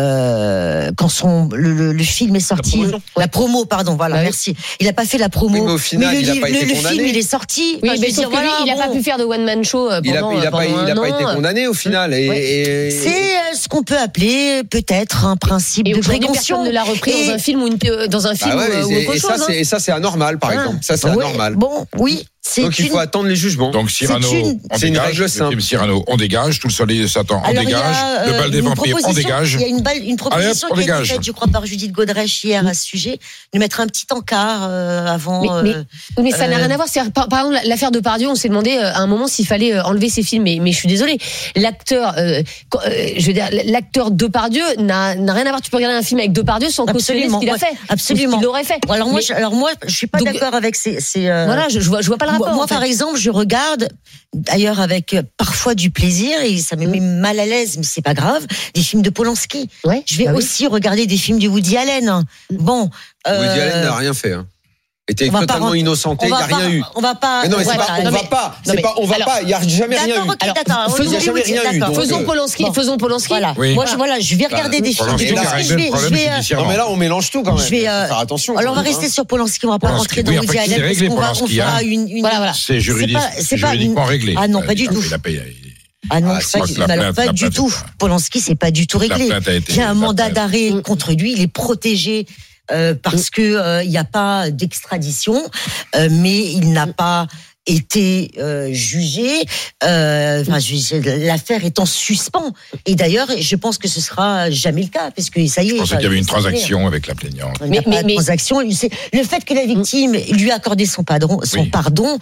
F: euh, quand son le, le- le film est sorti,
B: promotion.
F: la promo, pardon, voilà,
A: Ah oui.
F: merci. Il n'a pas fait la promo.
D: Oui, mais au final,
F: le,
D: il a
F: livre-
D: pas
F: le-
D: été
F: le
D: condamné.
F: film, il est sorti.
A: Oui,
F: Enfin, je
A: mais
F: veux
A: sauf
F: dire,
A: que lui,
F: voilà,
A: il n'a pas
F: bon.
A: pu faire de one-man show euh, pendant,
D: Il a, il a
A: pendant
D: pas, il a
A: un
D: pas été
A: an. euh,
D: condamné au final. Et,
A: Ouais.
D: et-
F: C'est euh, ce qu'on peut appeler peut-être un principe
A: Et
F: de
A: aujourd'hui,
F: précaution.
A: personne ne l'a repris
F: Et-
A: dans un film ou, une, euh, dans un film
D: Bah ouais,
A: ou, euh, ou
D: et-
A: autre
D: et ça,
A: chose. hein.
D: c'est- et ça, c'est anormal, par
A: Ah.
D: exemple. Ça, c'est
F: Ouais,
D: anormal.
F: Bon, oui, c'est
D: Donc, il
F: une-
D: faut attendre les jugements.
E: Donc Cyrano,
F: C'est une-
E: on
D: c'est une
E: dégage.
D: règle
E: Le
D: simple.
E: film Cyrano, on dégage. Tout le soleil de Satan, on
F: Alors, il y a,
E: dégage.
F: euh,
E: le bal des
F: une
E: vampires, on
F: proposition-
E: dégage.
F: Il y a une, balle- une proposition
E: on
F: qui a été
E: dégage.
F: faite, je crois, par Judith Godrèche hier à ce sujet, de mettre un petit encart euh, avant.
A: Mais- mais-
F: euh,
A: Oui, mais ça n'a
F: Euh,
A: rien à voir. C'est-à-dire, Par, par exemple, l'affaire de Pardieu, on s'est demandé euh, à un moment s'il fallait euh, enlever ses films. Mais, mais je suis désolée. L'acteur, euh, quand- euh, je veux dire, l'acteur Depardieu n'a n'a rien à voir. Tu peux regarder un film avec Depardieu sans cautionner ce
F: Absolument,
A: qu'il a
F: ouais,
A: fait,
F: absolument.
A: ou ce qu'il aurait fait.
F: Alors moi,
A: Mais-
F: je, alors moi, je suis pas
A: Donc,
F: d'accord avec ces. ces, euh,
A: voilà, je, je vois, je vois pas le rapport.
F: moi,
A: en fait.
F: par exemple, je regarde, d'ailleurs avec euh, parfois du plaisir et ça
A: Mm.
F: me met mal à l'aise, mais c'est pas grave. Des films de Polanski.
A: Ouais,
F: Je vais
A: bah oui.
F: aussi regarder des films de Woody Allen. Bon,
D: Woody
F: euh,
D: Allen n'a rien fait. hein. Était
F: on va pas
D: totalement
F: rentrer-
D: innocenté,
F: on
D: il
F: va
D: n'a
F: pas,
D: rien eu.
F: On va pas.
D: Mais non, mais c'est
A: Ouais,
D: pas,
A: bah,
D: on
A: non,
D: va
A: mais-
D: pas.
A: non,
D: C'est
A: mais-
D: pas, on va
A: alors-
D: pas. Il n'y a jamais rien
F: D'accord,
D: eu.
F: ok, d'accord.
D: il y a jamais rien eu, donc,
A: Faisons
D: euh,
A: Polanski.
F: bon.
A: Faisons Polanski.
F: Voilà.
E: Oui.
F: Moi, je, voilà, je vais regarder des films.
E: Polanski
F: de
D: mais là,
E: qui a
F: Polanski.
E: réglé
F: Je
E: le
F: vais, je
E: problème
F: vais, euh,
D: Non,
E: judiciairement.
D: mais là, on mélange tout quand même.
F: Je vais, euh,
D: Faut faire attention.
F: alors on
D: quand
F: va
D: même,
F: rester
D: hein.
F: sur Polanski, on va pas
E: Polanski,
F: rentrer
E: oui,
F: dans
E: en
F: Woody
E: fait, c'est réglé,
F: Allen parce qu'on va- on
E: Polanski,
F: fera
E: hein.
F: une, une-
A: Voilà, voilà.
E: C'est juridique,
F: pas- c'est pas une-
E: juridiquement réglé.
F: Ah non,
E: Il
F: pas
E: a-
F: du
E: il a-
F: tout.
E: Il a payé.
F: Ah non,
D: Ah,
F: c'est
D: c'est
F: pas,
E: vrai que la
F: alors,
E: plainte
F: pas
E: n'a
F: du
E: pas
F: tout.
E: été-
F: Polanski, c'est pas du tout
E: La
F: réglé.
E: plainte a été-
F: Il y a un
E: la
F: mandat
E: plainte.
F: d'arrêt contre lui, il est protégé. euh, parce que euh, il n'y a pas d'extradition, euh, mais il n'a pas été euh, jugé. euh, Enfin, jugé, l'affaire est en suspens. Et d'ailleurs, je pense que ce sera jamais le cas, parce que ça y est.
E: Je pensais qu'il y avait une
F: ça y est.
E: transaction avec la plaignante.
F: Il n'y
A: Mais-
F: a pas
A: mais- mais-
F: de transaction. C'est- Le fait que la victime lui a accordé son, padron, son
E: Oui.
F: pardon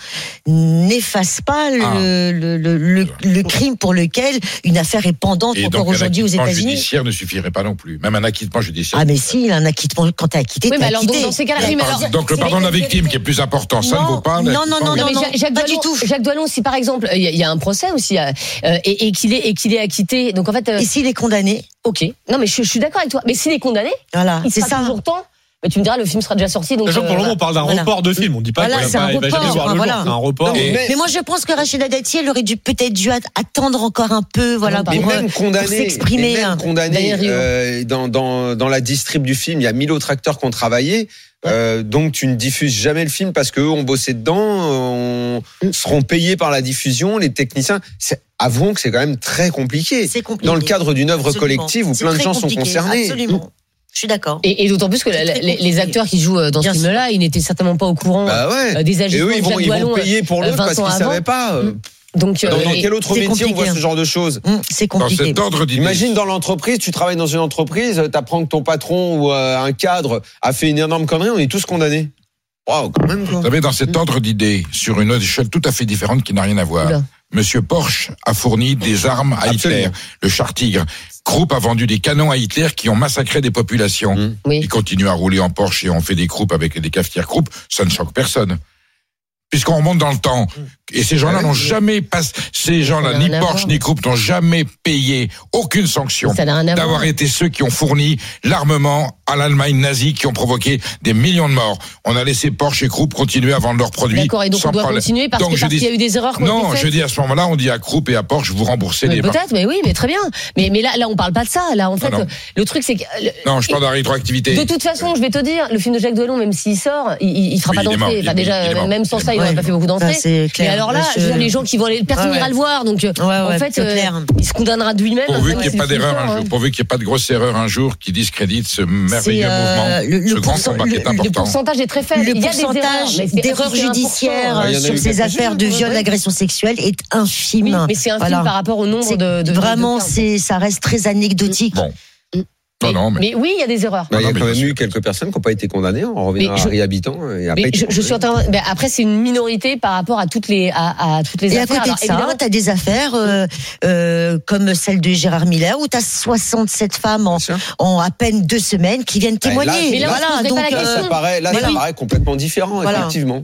F: n'efface pas le,
E: Ah.
F: le, le, le- le crime pour lequel une affaire est pendante
E: Et
F: encore
E: donc, un
F: aujourd'hui aux
E: acquittement
F: États-Unis.
E: judiciaire ne suffirait pas non plus. Même un acquittement judiciaire.
F: Ah, mais si, il a un acquittement. Quand t'es acquitté,
A: Oui,
F: t'es
A: mais alors
F: acquitté.
A: dans, dans ces cas-là, oui, mais alors,
E: Donc, le pardon de la victime qui est plus important, ça ne
F: Non,
E: vaut pas.
F: non,
E: l'acquittement.
F: non,
A: Non, mais
F: non,
A: Jacques- Jacques
F: pas du
A: Doillon,
F: tout.
A: Jacques Doillon, si par exemple euh, il y, a- il y a un procès aussi euh, euh, et, et qu'il est et qu'il est acquitté, donc en fait, euh,
F: Et s'il est condamné,
A: ok, non mais je, je suis d'accord avec toi, mais s'il est condamné,
F: voilà,
A: il
F: Ah, c'est
A: sera
F: ça.
A: toujours temps Mais tu me diras, le film sera déjà sorti. Donc,
B: Sachant que pour
A: euh,
B: le moment, on parle d'un
F: Voilà.
B: report de film. On dit pas
F: Voilà,
B: qu'il
F: c'est
B: va
F: un
B: pas- il va jamais
F: report,
B: voir le jour.
F: enfin, voilà.
B: C'est un report.
D: Et-
F: Mais moi, je pense que Rachida Dati, elle aurait dû peut-être dû at- attendre encore un peu, voilà,
A: Ah, Mais
F: pour,
D: Mais
F: euh,
D: même
F: pour
D: condamné,
F: s'exprimer.
D: et même
F: hein.
D: condamné
A: Daniel Riolo.
D: euh, dans, dans, dans la distrib du film, il y a mille autres acteurs qui ont travaillé. euh, donc tu ne diffuses jamais le film parce qu'eux ont bossé dedans, euh,
F: Mm.
D: on seront payés par la diffusion, les techniciens. C'est- Avouons que c'est quand même très compliqué.
F: C'est compliqué.
D: Dans le cadre d'une œuvre
F: Absolument.
D: collective où
F: C'est
D: plein de
F: très
D: gens sont
F: compliqué,
D: concernés.
F: Absolument. Je suis d'accord.
A: Et, et d'autant plus que la- la-
F: C'est très
A: les, les
F: compliqué.
A: acteurs qui jouent euh, dans
F: Bien
A: ce
F: sûr.
A: film-là, ils n'étaient certainement pas au courant
D: Bah ouais.
A: euh, des
D: Et
A: agissements
D: eux, ils
A: de
D: vont,
A: Jacques
D: ils vont
A: Wallon. euh,
D: payer pour l'autre
A: 20
D: parce
A: ans
D: qu'ils
A: avant.
D: savaient pas. euh,
A: Donc, euh,
D: Dans, dans
A: et-
D: quel autre
F: c'est
D: métier on voit
F: compliqué.
D: ce genre de choses
F: Hum, C'est
E: Dans
F: compliqué.
E: cet ordre d'idées.
D: Imagine dans l'entreprise, tu travailles dans une entreprise, euh, t'apprends que ton patron ou euh, un cadre a fait une énorme connerie, on est tous condamnés. Waouh, quand même quoi.
E: Vous savez, dans cet ordre d'idées, sur une autre échelle tout à fait différente qui n'a rien à voir,
A: Oula.
E: Monsieur Porsche a fourni des armes à Hitler,
D: Absolument.
E: le char Tigre. Krupp a vendu des canons à Hitler qui ont massacré des populations.
D: Mm.
A: Oui.
E: Il continue à rouler en Porsche et on fait des croupes avec des cafetières croupes, ça ne choque personne. Puisqu'on remonte dans le temps.
A: Mmh.
E: Et ces gens-là n'ont jamais passé, ces gens-là,
A: Bah n'a
E: ni
A: rien à
E: Porsche
A: voir.
E: ni Krupp, n'ont jamais payé aucune sanction
A: Ça n'a rien à voir.
E: d'avoir été ceux qui ont fourni l'armement à l'Allemagne nazie qui ont provoqué des millions de morts. On a laissé Porsche et Krupp continuer à vendre leurs produits.
A: D'accord, et donc
E: sans
A: on doit
E: problème.
A: continuer parce
E: Donc
A: que-
E: je
A: parce qu'il
E: dis-
A: y a eu des erreurs. qui ont été
E: Non,
A: faites.
E: je dis à ce moment-là, on dit à Krupp et à Porsche, vous remboursez
A: Mais
E: les vingt-
A: Peut-être, mais oui, mais très bien. Mais, mais là, là, on parle pas de ça. Là, en fait,
E: non.
A: le truc, c'est que. euh, le-
E: Non, je parle de la rétroactivité.
A: De toute façon, je vais te dire, le film de Jacques Delon, même s'il sort, il, il, il fera
E: Oui,
A: pas
E: il est mort,
A: d'entrée.
E: il
A: Enfin,
E: est- il est
A: déjà,
E: mort.
A: même sans ça, il
F: Ouais.
A: n'aurait pas fait beaucoup
F: Ça,
A: d'entrées.
F: c'est
A: Et
F: clair.
A: alors là,
F: Là,
A: je
F: je-
A: veux dire, les gens qui vont aller, personne
F: Ouais,
A: n'ira
F: ouais.
A: le voir, donc euh,
F: Ouais,
A: en
F: ouais,
A: fait,
F: c'est clair.
A: il se condamnera de lui-même. Ah,
E: Pourvu
A: même
E: qu'il n'y
A: si
E: ait pas
A: le film
E: d'erreur
A: sort,
E: un jour,
A: hein.
E: pourvu qu'il n'y ait pas de grosse erreur un jour qui discrédite ce merveilleux
F: C'est, euh,
E: mouvement,
F: le- le
E: ce grand
F: pourcent-
E: combat qui est
F: le- le
A: Le
E: important.
A: pourcentage est très faible.
F: Le
A: il y a des
F: pourcentage
A: erreurs, mais c'est-
F: d'erreurs
A: c'est 1%,
F: judiciaires
D: Ah, il y en a
F: euh,
D: eu
F: sur ces
D: quelques-unes,
F: affaires de
A: ouais,
F: viol,
A: ouais.
F: d'agression sexuelle est
A: Oui,
F: infime.
A: mais c'est un film
F: Voilà.
A: par rapport au nombre
F: C'est
A: de, de-
F: Vraiment,
A: de- de-
F: c'est, ça reste très anecdotique.
E: Bon. Ah Non, non, mais,
A: hein. Mais oui, il y a des erreurs.
D: Bah, Il y
E: Non,
D: a
E: mais
D: quand même
E: bien
D: eu
E: sûr.
D: quelques personnes qui n'ont pas été condamnées. On revient
A: Mais
D: à
A: je-
D: Réhabitant. et après,
A: Mais
D: ils
A: je,
D: sont
A: je suis en
D: condamnés.
A: train- ben après, c'est une minorité par rapport à toutes les à, à toutes les
F: Et à
A: affaires.
F: côté de
A: Alors, évidemment,
F: ça, tu as des affaires euh, euh, comme celle de Gérard Miller où tu as 67 femmes en,
D: Bien sûr.
F: en à peine deux semaines qui
E: Bah,
F: viennent témoigner.
D: Mais là,
A: on se poserait pas la
D: Là,
A: question.
D: ça
A: Euh,
D: paraît, là,
F: voilà.
D: ça paraît complètement différent,
F: Voilà.
D: effectivement.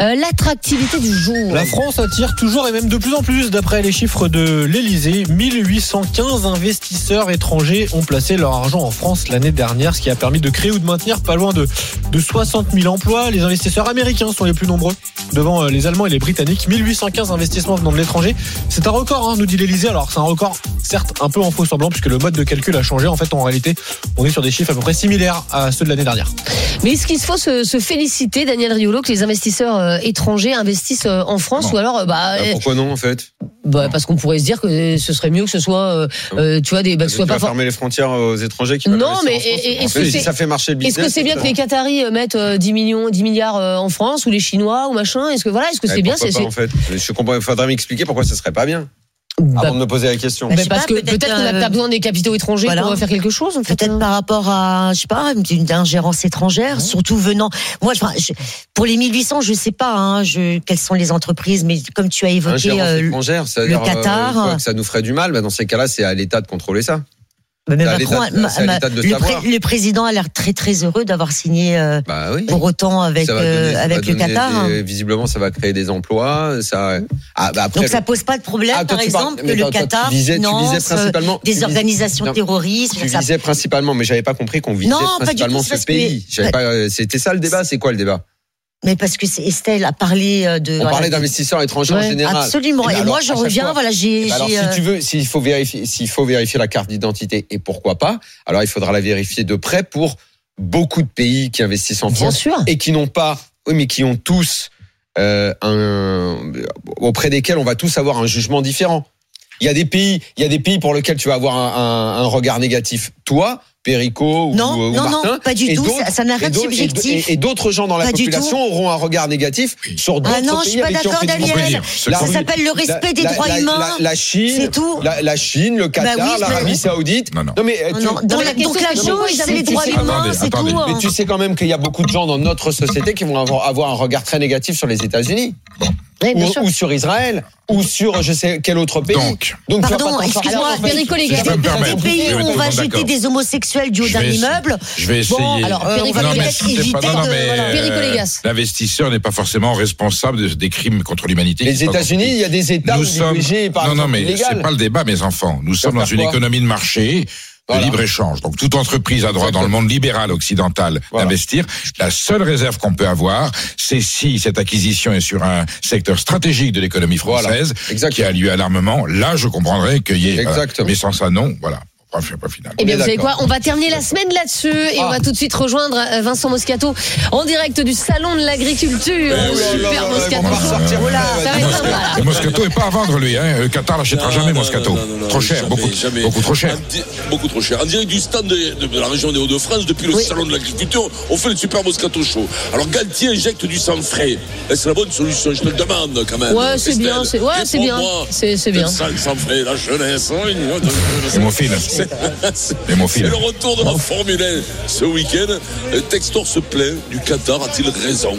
A: Euh, l'attractivité du jour.
B: La France attire toujours et même de plus en plus, d'après les chiffres de l'Elysée. 1815 investisseurs étrangers ont placé leur argent en France l'année dernière, ce qui a permis de créer ou de maintenir pas loin de, de 60 000 emplois. Les investisseurs américains sont les plus nombreux, devant euh, les Allemands et les Britanniques. 1815 investissements venant de l'étranger. C'est un record, hein, nous dit l'Elysée. Alors, c'est un record, certes, un peu en faux semblant, puisque le mode de calcul a changé. En fait, en réalité, on est sur des chiffres à peu près similaires à ceux de l'année dernière.
A: Mais est-ce qu'il faut se, se féliciter, Daniel Riolo, que les investisseurs euh, étrangers investissent euh, en France
E: Non.
A: ou alors euh, bah,
D: Bah,
A: euh,
D: pourquoi non, en fait
A: bah, parce qu'on pourrait se dire que euh, ce serait mieux que ce soit, euh, euh, tu vois, des, bah, que
D: Ah Parce
A: ce
D: que
A: soit
D: tu
A: pas
D: vas
A: for-
D: fermer les frontières aux étrangers qui
A: Non,
D: veulent rester
A: mais
D: en France.
A: et- et-
D: En
A: est-ce
D: fait,
A: que
D: si
A: c'est-
D: ça fait marcher le business.
A: Est-ce que c'est bien que les Qataris euh, mettent euh, 10 millions, 10 milliards euh, en France ou les Chinois ou machin Est-ce que voilà, est-ce que c'est
D: Eh,
A: bien
D: pourquoi
A: c'est,
D: pas, hein. en fait Je comprends. Il faudrait m'expliquer pourquoi ça serait pas bien.
A: c'est- bah,
D: Avant de me poser la question.
A: bah,
F: Je sais
A: parce
F: pas,
A: que peut-être,
F: peut-être,
A: qu'on a
F: euh,
A: pas besoin des capitaux étrangers
F: voilà.
A: pour euh, faire quelque chose. en fait,
F: Peut-être
A: hein.
F: par rapport à, je sais pas, une ingérence étrangère, surtout venant. Moi, je- enfin, je- pour les 1800, je sais pas hein, je, quelles sont les entreprises, mais comme tu as évoqué,
D: Ingérence
F: euh, le-
D: étrangère, c'est-à-dire,
F: le Qatar.
D: euh, quoi, que ça nous ferait du mal, bah, dans ces cas-là, c'est à l'État de contrôler ça.
F: même
D: à
F: Macron,
D: l'état de-
F: ma-
D: c'est à
F: ma-
D: l'état de
F: le,
D: savoir.
F: le président a l'air très très heureux d'avoir signé euh,
D: Bah oui.
F: pour autant avec
D: Ça va
F: euh,
D: donner- ça va
F: avec le
D: donner
F: Qatar. hein.
D: des- visiblement, ça va créer des emplois. Ça, ah, bah après,
F: Donc ça pose pas de problème,
D: Ah, toi,
F: par
D: tu parles-
F: exemple, que
D: mais
F: le
D: toi, toi,
F: Qatar
D: tu visais, tu
F: finance,
D: visais principalement
F: euh, des
D: tu visais-
F: organisations
D: non,
F: terroristes.
D: Tu
F: ça-
D: visais principalement, mais j'avais pas compris qu'on visait
F: Non, pas du tout,
D: principalement
F: c'est
D: ce
F: parce que-
D: pays. J'avais pas, euh, C'était ça le débat. C'est quoi le débat
F: Mais parce que c'est- Estelle a parlé euh, de.
D: On
F: voilà,
D: parlait
F: de-
D: d'investisseurs étrangers en
A: Ouais,
D: général.
F: Absolument.
D: Eh ben
F: Et,
D: alors,
F: moi,
D: à
F: je
D: chaque
F: reviens.
D: fois.
F: Voilà,
D: Eh
F: j'ai.
D: ben alors,
F: j'ai,
D: si
F: euh,
D: tu veux, s'il faut vérifier, s'il faut vérifier la carte d'identité et pourquoi pas, alors il faudra la vérifier de près pour beaucoup de pays qui investissent en
A: Bien
D: France
A: sûr.
D: et qui n'ont pas, oui, mais qui ont tous euh, un, auprès desquels on va tous avoir un jugement différent. Il y a des pays, il y a des pays pour lesquels tu vas avoir un, un- un regard négatif. Toi, Perico ou,
F: Non,
D: ou
F: non, non,
D: Martin,
F: pas du
D: et
F: tout,
D: d'autres-
F: ça- ça n'a
D: et
F: rien de
D: d'autres- et-
F: subjectif.
D: Et, et d'autres gens dans la
F: Pas du
D: population auront un regard négatif sur d'autres
F: Ah non, je suis
D: pays
F: pas
D: avec qui on fait
F: d'accord,
D: du
E: On peut
F: Daniel.
E: dire, ce
D: La
F: Ça
D: Russie,
F: s'appelle le respect des
D: la-
F: droits
D: la-
F: humains.
D: La, la Chine,
F: C'est tout.
D: La, la Chine, le Qatar,
F: Bah oui, je-
D: l'Arabie Saoudite.
E: Non, non.
D: mais euh, tu,
F: Non,
A: Non,
F: dans
A: mais
F: la-
A: la question,
F: donc la
A: c'est pourquoi
F: jauge,
A: ils
F: c'est les droits
A: investissent-
F: humains,
E: Attendez,
F: c'est
E: attendez.
F: tout.
D: mais
F: hein.
D: tu sais quand même qu'il y a beaucoup de gens dans notre société qui vont avoir, avoir un regard très négatif sur les États-Unis
A: Ouais, bien
D: ou,
A: sûr.
D: ou sur Israël ou sur je sais quel autre pays.
E: Donc.
D: tu vas pas
F: Pardon,
D: t'en sortir,
F: excuse-moi,
D: en fait.
A: Perico, les
E: Si
A: gars,
E: je peux me
F: Des
E: permettre.
F: pays
E: Oui,
F: où
E: oui,
F: on
E: tout le
F: va
E: monde
F: jeter
E: d'accord.
F: des homosexuels du haut
E: Je
F: d'un
E: vais essayer.
F: immeuble.
E: Je vais essayer.
F: Bon, alors,
E: Euh,
F: Périco
E: non, mais
F: Légas,
E: c'est
F: évitez
E: pas- non,
F: de-
E: mais,
F: voilà.
E: euh,
A: Périco Légas.
E: L'investisseur n'est pas forcément responsable de- des crimes contre l'humanité. qui
D: Les
E: sont pas
D: États-Unis, il y a des États
E: nous
D: où
E: sommes...
D: l'IG est par
E: non, non,
D: exemple
E: mais c'est
D: illégal.
E: pas le débat, mes enfants. Nous sommes dans
D: faire
E: une
D: quoi
E: économie de marché.
D: Voilà.
E: de libre-échange. Donc toute entreprise a droit dans le monde libéral occidental
D: Voilà.
E: d'investir. La seule réserve qu'on peut avoir, c'est si cette acquisition est sur un secteur stratégique de l'économie
D: Voilà.
E: française qui
D: Exactement.
E: a lieu à l'armement. Là, je comprendrais qu'il y ait... voilà.
D: Exactement.
E: Mais sans ça, non. Voilà. Bref, pas final.
A: Eh bien,
D: On est
A: vous savez
D: d'accord.
A: quoi On va terminer la semaine là-dessus et on va tout de suite rejoindre euh, Vincent Moscato en direct du salon de l'agriculture.
E: Eh oui,
A: Super
D: là, là,
A: Moscato.
D: on va ressortir,
A: Ça
D: voilà.
A: va être sympa, là.
E: Et Moscato est pas à vendre lui, hein. Le Qatar l'achètera
J: Non,
E: jamais
J: non,
E: Moscato.
J: non, non, non,
E: trop
J: non,
E: cher,
J: jamais,
E: beaucoup,
J: jamais.
E: beaucoup trop cher.
J: En di- Beaucoup trop cher. En direct du stand de, de la région des Hauts-de-France, depuis le
A: Oui.
J: salon de l'agriculture, on fait le super Moscato chaud. Alors Galtier injecte du sang frais. Est-ce la bonne solution Je te le demande quand même.
A: Ouais, c'est
J: Estelle.
A: bien, c'est- ouais, c'est bien.
J: Réponds-moi.
A: C'est- c'est bien.
J: Le sang sans frais, la jeunesse.
E: Hémophile.
J: *laughs* C'est
E: Hémophile.
J: c'est le retour de la Formule 1 ce week-end. Euh, Textor se plaint du Qatar, a-t-il raison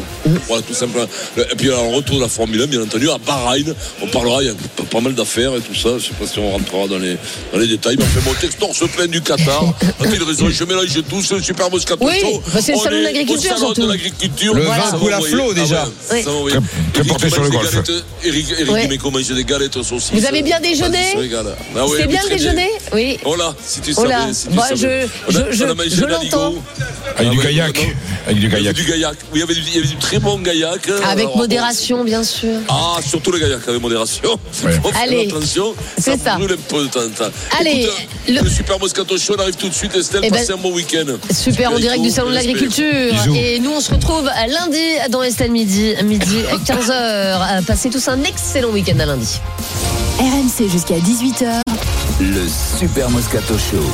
J: Voilà, tout simplement. Euh, Et puis alors, le retour de la Formule 1, bien entendu, à Bahreïn. On parlera, il y a p- pas mal d'affaires et tout ça. Je sais pas si on rentrera dans les, dans les détails. Mais enfin, bon, Textor se plaint du Qatar. A-t-il raison Je mélange tout, c'est le super Moscato
A: Oui,
J: Show.
A: bah, c'est le
J: On
A: salon
J: est
A: de
J: au
A: l'agriculture,
J: salon
A: surtout.
J: de l'agriculture.
D: Le
J: Voilà.
D: vin
J: Ça
D: coule à
J: m'envoyait.
D: flot,
J: Ah
D: déjà.
J: ouais, ça m'envoyait.
E: Très- très
J: Eric
E: porté sur
J: mange
E: le
J: des
E: golf.
J: galettes. Eric, Eric
A: Ouais.
J: dit, mais comment j'ai des galettes aux saucisses
A: Vous avez bien
J: Ah,
A: déjeuné
J: on se régale. Ah ouais,
A: C'est bien le
J: très
A: déjeuner Oui.
J: Oh là, si tu
A: Oh
J: savais,
A: là,
J: si tu
A: bah,
J: savais.
A: je-
J: On a-
A: je-
J: on a
A: je-
J: mangé
A: je
J: un aligot.
A: l'entends.
E: Avec
J: Ah
E: du
J: ouais,
E: kayak.
J: non.
E: Avec du
J: Il y avait
E: kayak.
J: du kayak. Oui, il y avait du, il y avait du très bon kayak. hein.
A: Avec
J: Alors,
A: modération, bien sûr.
J: on- Ah, surtout le kayak avec modération.
E: Ouais.
J: Faut faire
A: Allez.
J: attention,
A: C'est ça.
J: ça brûle un peu de temps en temps.
A: Allez,
J: Écoute, hein,
A: le-
J: le... Super Moscato Show, on arrive tout de suite, Estelle.
A: Eh ben,
J: passez un bon week-end.
A: Super,
J: Super
A: en direct
J: Nico,
A: du Salon de
J: Ah, respect.
A: l'Agriculture.
E: Bisous.
A: Et nous, on se retrouve à lundi dans Estelle Midi,
J: *laughs*
A: midi à 15h. Passez tous un excellent week-end à lundi.
H: RMC jusqu'à 18h.
C: Le Super Moscato Show.